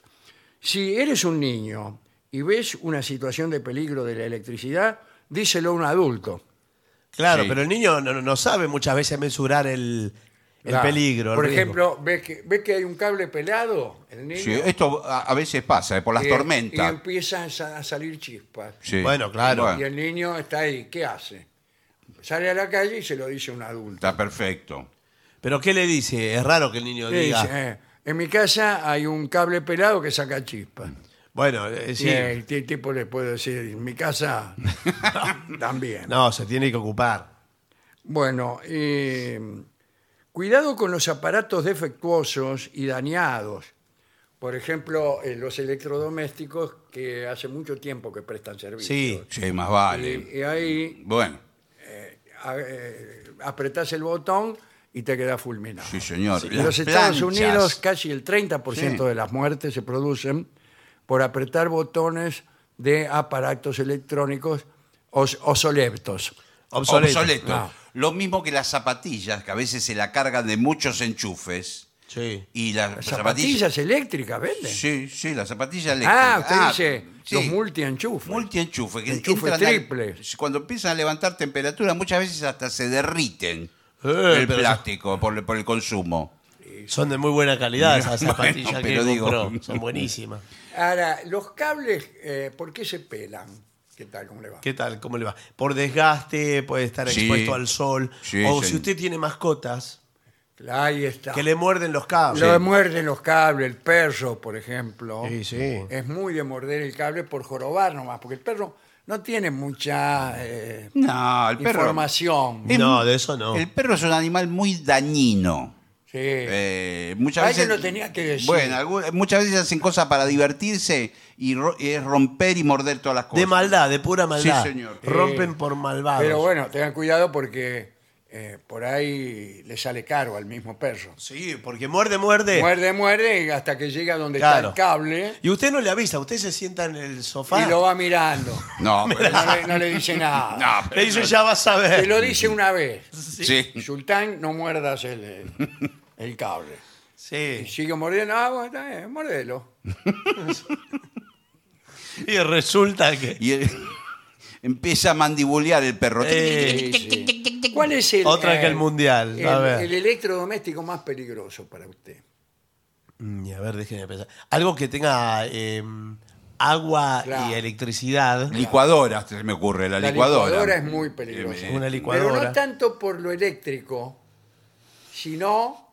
Si eres un niño y ves una situación de peligro de la electricidad, díselo a un adulto.
Claro,
Sí.
pero el niño no, no sabe muchas veces mensurar el, el
Claro.
peligro. el
Por
riesgo.
ejemplo, ves que, ves que hay un cable pelado, el niño,
Sí, esto a, a veces pasa, eh, por las
y- y
tormentas.
empiezan a sa- a salir chispas.
Sí.
Bueno, claro.
Y el niño está ahí, ¿qué hace? Sale a la calle y se lo dice un adulto.
está perfecto.
¿Pero qué le dice? Es raro que el niño
Le
diga.
dice, eh, en mi casa hay un cable pelado que saca chispas.
Bueno, eh, sí.
Y el t- tipo le puede decir, en mi
[laughs]
casa también.
No, se tiene que ocupar.
Bueno, eh, cuidado con los aparatos defectuosos y dañados. Por ejemplo, eh, los electrodomésticos que hace mucho tiempo que prestan servicio.
Sí.
Sí, más vale.
Y, y ahí
Bueno,
a- eh, apretás el botón y y te queda fulminado.
Sí, señor.
En
Las
los Estados
planchas.
Unidos casi el 30%
Sí.
de las muertes se producen por apretar botones de aparatos electrónicos os- obsoletos.
Obsoleto.
No.
Lo mismo que las zapatillas, que a veces se la cargan de muchos enchufes.
Sí.
Y las,
Las
zapatillas.
zapatillas eléctricas venden.
Sí, sí, las zapatillas eléctricas.
ah, usted dice
sí.
los multienchufes.
Multienchufes. que
Enchufes
entran al-
triples.
cuando empiezan a levantar temperatura, muchas veces hasta se derriten
Eh,
el
pero-
plástico por, por el consumo.
Son de muy buena calidad esas
[laughs] Bueno,
zapatillas que
pero digo-
compró. Son buenísimas.
Ahora, los cables, eh, ¿por qué se pelan? ¿Qué tal? ¿Cómo le va?
¿Qué tal? ¿Cómo le va? Por desgaste, puede estar
Sí.
expuesto al sol.
Sí,
o
señor.
si usted tiene mascotas,
Ahí está.
que le muerden los cables.
Lo muerden los cables, el perro, por ejemplo.
Sí, sí.
Es muy de morder el cable por jorobar nomás, porque el perro no tiene mucha eh,
No, el perro.
información.
Es-
No, de eso no.
El perro es un animal muy dañino.
Sí.
Eh, muchas
Alguien
veces,
lo Ah, tenía que decir.
Bueno, algu- muchas veces hacen cosas para divertirse y ro- es romper y morder todas las cosas.
De maldad, de pura maldad.
Sí, señor.
Rompen
Eh,
por malvados.
Pero bueno, tengan cuidado porque eh, por ahí le sale caro al mismo perro.
Sí, porque muerde, muerde.
Muerde, muerde y hasta que llega donde
Claro.
está el cable
Y usted no le avisa, usted se sienta en el sofá.
y lo va mirando. [laughs]
No, pero-
No le, no le dice
[laughs]
nada.
no, pero-
Le dice, ya vas a
Te
ver.
lo dice una
[laughs]
vez.
sí.
Sultán, no muerdas el, el cable. Y
Sí.
sigue mordiendo, ah, bueno, está bien, mordelo.
Y resulta que.
Y eh, [laughs] empieza a mandibulear el perro.
Eh,
¿Cuál es el.
Otra que el mundial,
El,
a ver.
el electrodoméstico más peligroso para usted.
Mm, a ver, déjeme pensar. Algo que tenga eh, agua
Claro.
y electricidad.
Licuadora, se me ocurre, la,
La
licuadora.
licuadora es muy peligrosa.
Eh,
Una
Pero
licuadora.
no tanto por lo eléctrico, sino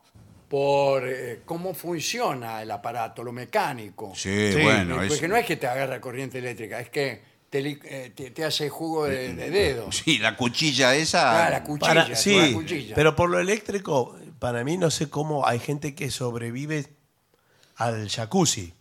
por eh, cómo funciona el aparato, lo mecánico.
Sí,
Sí,
bueno. es-
Porque no es que te agarra corriente eléctrica, es que te, li- eh, te- te hace jugo de, de dedo.
[laughs] Sí, la cuchilla esa.
Ah, la cuchilla.
Para-
con
sí,
la cuchilla.
pero por lo eléctrico, para mí no sé cómo hay gente que sobrevive al jacuzzi.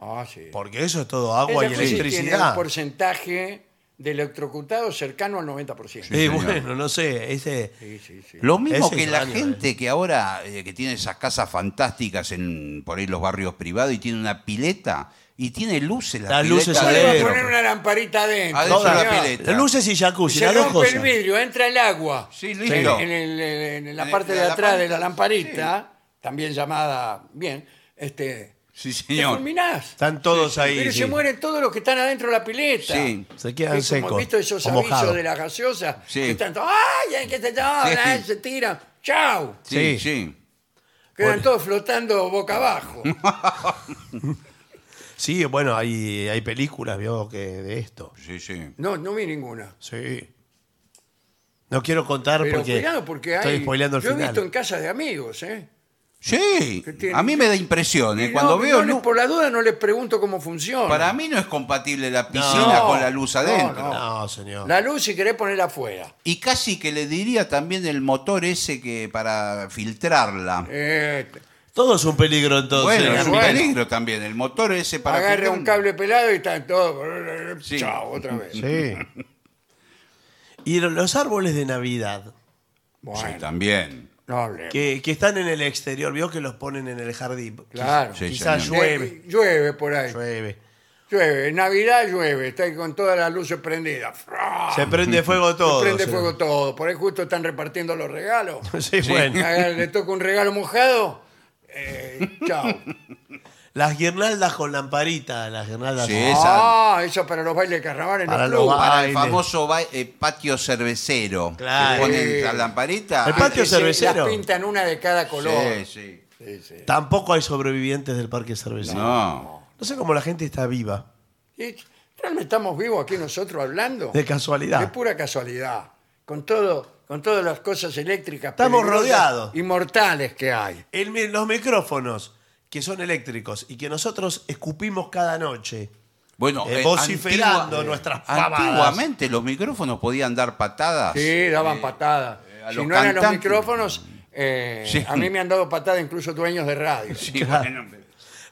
Ah, sí.
Porque eso es todo agua y
Esa crisis Tiene un
electricidad.
porcentaje de electrocutados cercano al 90%.
Eh,
señor.
bueno, no sé, ese...
Sí, sí, sí.
Lo mismo
Ese
que
es
la
daño,
gente que ahora eh, que tiene esas casas fantásticas en por ahí los barrios privados y tiene una pileta y tiene luces las
Las luces
piletas
Le va a
adentro.
poner una lamparita adentro.
Adentro de la
señor.
pileta.
Las luces y jacuzzi,
Se
las dos
rompe el
cosas.
vidrio, entra el agua.
Sí, listo.
En, en el- en la
En
parte
el-
de
la
atrás
parte-
de la lamparita, también llamada, bien, este,
Sí,
te
señor.
fulminás.
Están todos ahí.
Pero
sí.
se mueren todos los que están adentro de la pileta.
Sí.
Se quedan
Es como,
secos,
visto esos
o
avisos
mojados.
de las gaseosas?
Sí.
Que están todos, ¡ay! hay que se llora,
Sí.
se tiran. ¡Chao!
Sí,
Sí.
sí.
Quedan
Bueno.
todos flotando boca
[laughs]
abajo.
Sí, bueno, hay, hay películas, vio, que de esto.
Sí, sí.
No, no vi ninguna.
Sí. No quiero contar
Pero
porque,
cuidado porque hay.
estoy spoileando el
yo he
final.
visto en casa de amigos, ¿eh?
Sí.
Que tiene-
A mí me da impresión. eh,
No,
Cuando veo
no,
luz-
por la duda no les pregunto cómo funciona.
Para mí no es compatible la piscina
No.
con la luz
No,
adentro.
no.
No, señor.
La luz si querés ponerla afuera.
Y casi que le diría también el motor ese que para filtrarla.
Eh,
Todo es un peligro entonces.
bueno, es un
bueno.
peligro también. El motor ese para
agarra
filtrar-
un cable pelado y están todos.
Sí.
Chao, otra vez.
Sí. Y lo- los árboles de Navidad
Sí,
Bueno,
también.
no hablemos.
que, que están en el exterior, vio que los ponen en el jardín.
Claro.
Sí,
Quizás
señor.
llueve.
Eh, llueve por ahí.
Llueve.
Llueve. En Navidad llueve. Está ahí con todas las luces prendidas.
Se prende fuego todo.
Se prende
se-
fuego todo. Por ahí justo están repartiendo los regalos.
[laughs] Sí, bueno.
Agarra- Le toca un regalo mojado. Eh,
[laughs]
chao.
Las guirnaldas con lamparita, las guirnaldas.
Sí,
Ah,
Esa-
Ah, eso para los bailes de carnaval en
Para
los
los
clubes.
ba-
Para el
Aire.
famoso ba- eh, patio cervecero.
Claro.
Que ponen
Sí.
la lamparita.
El patio
Que se-
cervecero.
Las pintan una de cada color.
Sí, sí.
Sí, sí.
Tampoco hay sobrevivientes del parque cervecero. No.
No.
sé cómo la gente está viva.
Y realmente estamos vivos aquí nosotros hablando.
De
De
casualidad.
pura casualidad. Con todo, con todas las cosas eléctricas.
Estamos
peligrosas
rodeados.
Y mortales que hay.
El mi- los micrófonos que son eléctricos y que nosotros escupimos cada noche.
Bueno,
Eh,
eh,
vociferando
antigua-
nuestras pavadas.
Antiguamente los micrófonos podían dar patadas.
Sí, daban patadas.
Eh, a
Si
los
no eran los
cantantes.
micrófonos, eh,
Sí.
a mí me han dado patadas incluso dueños de radio.
Sí,
Claro.
bueno, pero-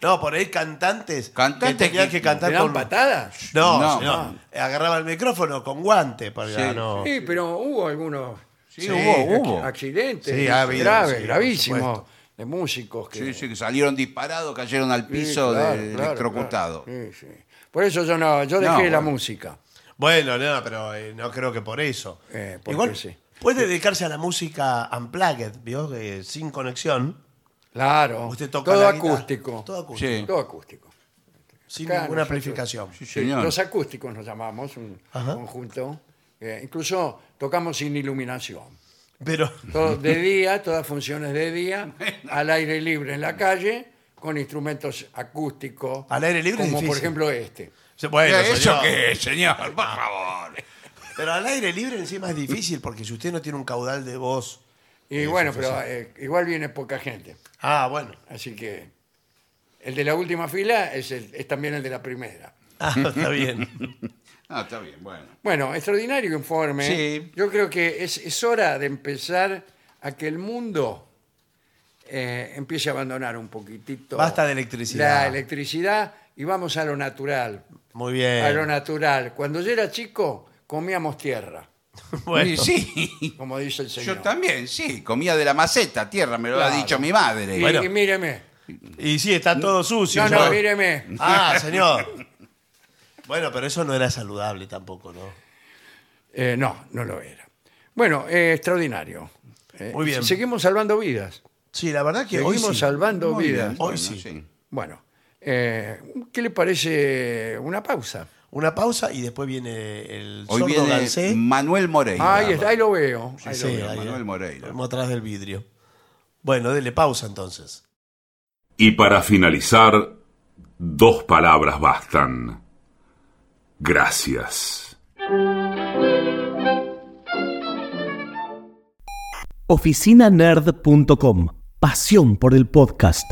No, por ahí cantantes.
Cantantes
que tenían
que-
que cantar
¿Te dan
con.
patadas?
No,
No.
señor. Agarraba el micrófono con guante. Para
Sí.
no.
Sí, pero hubo algunos
Sí, hubo,
ac-
hubo.
Accidentes
Sí, ha habido,
graves,
sí, por
gravísimos,
supuesto.
de músicos que...
Sí, sí, que salieron disparados, cayeron al
Sí,
piso
claro,
de-
claro,
electrocutados.
claro, sí, sí. Por eso yo no, yo dejé
No,
la
bueno.
música.
Bueno, no, pero eh, no creo que por eso.
Eh, porque
Igual
sí.
puede dedicarse a la música unplugged, ¿vio? Eh, sin conexión.
Claro.
Usted toca
Oh, todo
la guitarra.
acústico.
Todo acústico.
Sí.
Todo acústico.
Sin
Acá
ninguna
nosotros-
amplificación.
Sí,
Sí,
señor.
Los acústicos nos llamamos, un
Ajá.
conjunto. Eh, incluso tocamos sin iluminación.
Pero [laughs]
Todo de día, todas funciones de día, al aire libre en la calle, con instrumentos acústicos.
Al aire libre es
Como por
difícil.
ejemplo este.
se- bueno,
Eh, ¿Eso
señor.
qué, señor? Por favor.
Pero al aire libre encima es difícil porque si usted no tiene un caudal de voz.
Y bueno, pero eh, igual viene poca gente.
Ah, bueno.
Así que el de la última fila es, el- es también el de la primera.
Ah, [laughs] está bien.
No, está bien, bueno.
Bueno, extraordinario informe.
Sí.
Yo creo que es, es hora de empezar a que el mundo eh, empiece a abandonar un poquitito.
Basta de electricidad.
La electricidad y vamos a lo natural.
Muy
A lo
bien.
natural. Cuando yo era chico, comíamos tierra,
Bueno,
Y Sí, [laughs]
como dice el señor.
yo también, sí. Comía de la maceta, tierra, me lo
Claro.
ha dicho mi madre.
Y,
Bueno.
y míreme.
Y sí, está todo sucio.
No, no,
¿no?
míreme.
[laughs] Ah, señor. Bueno, pero eso no era saludable tampoco, ¿no?
Eh, no, no lo era. Bueno, eh, extraordinario. Eh,
Muy bien.
Seguimos salvando vidas.
Sí, la verdad que hoy
Seguimos
sí.
salvando
Muy bien,
vidas.
Hoy sí.
Bueno, eh, ¿qué le parece una pausa?
Una pausa y después viene el
Hoy
sordo
viene
Gansé.
Manuel Moreira.
Ahí, está, ahí lo veo. ahí lo
Sí,
veo.
ahí,
Manuel
ahí.
Moreira.
Vamos atrás del vidrio. Bueno, dele pausa entonces.
Y para finalizar, dos palabras bastan. Gracias.
oficinanerd.com. Pasión por el podcast.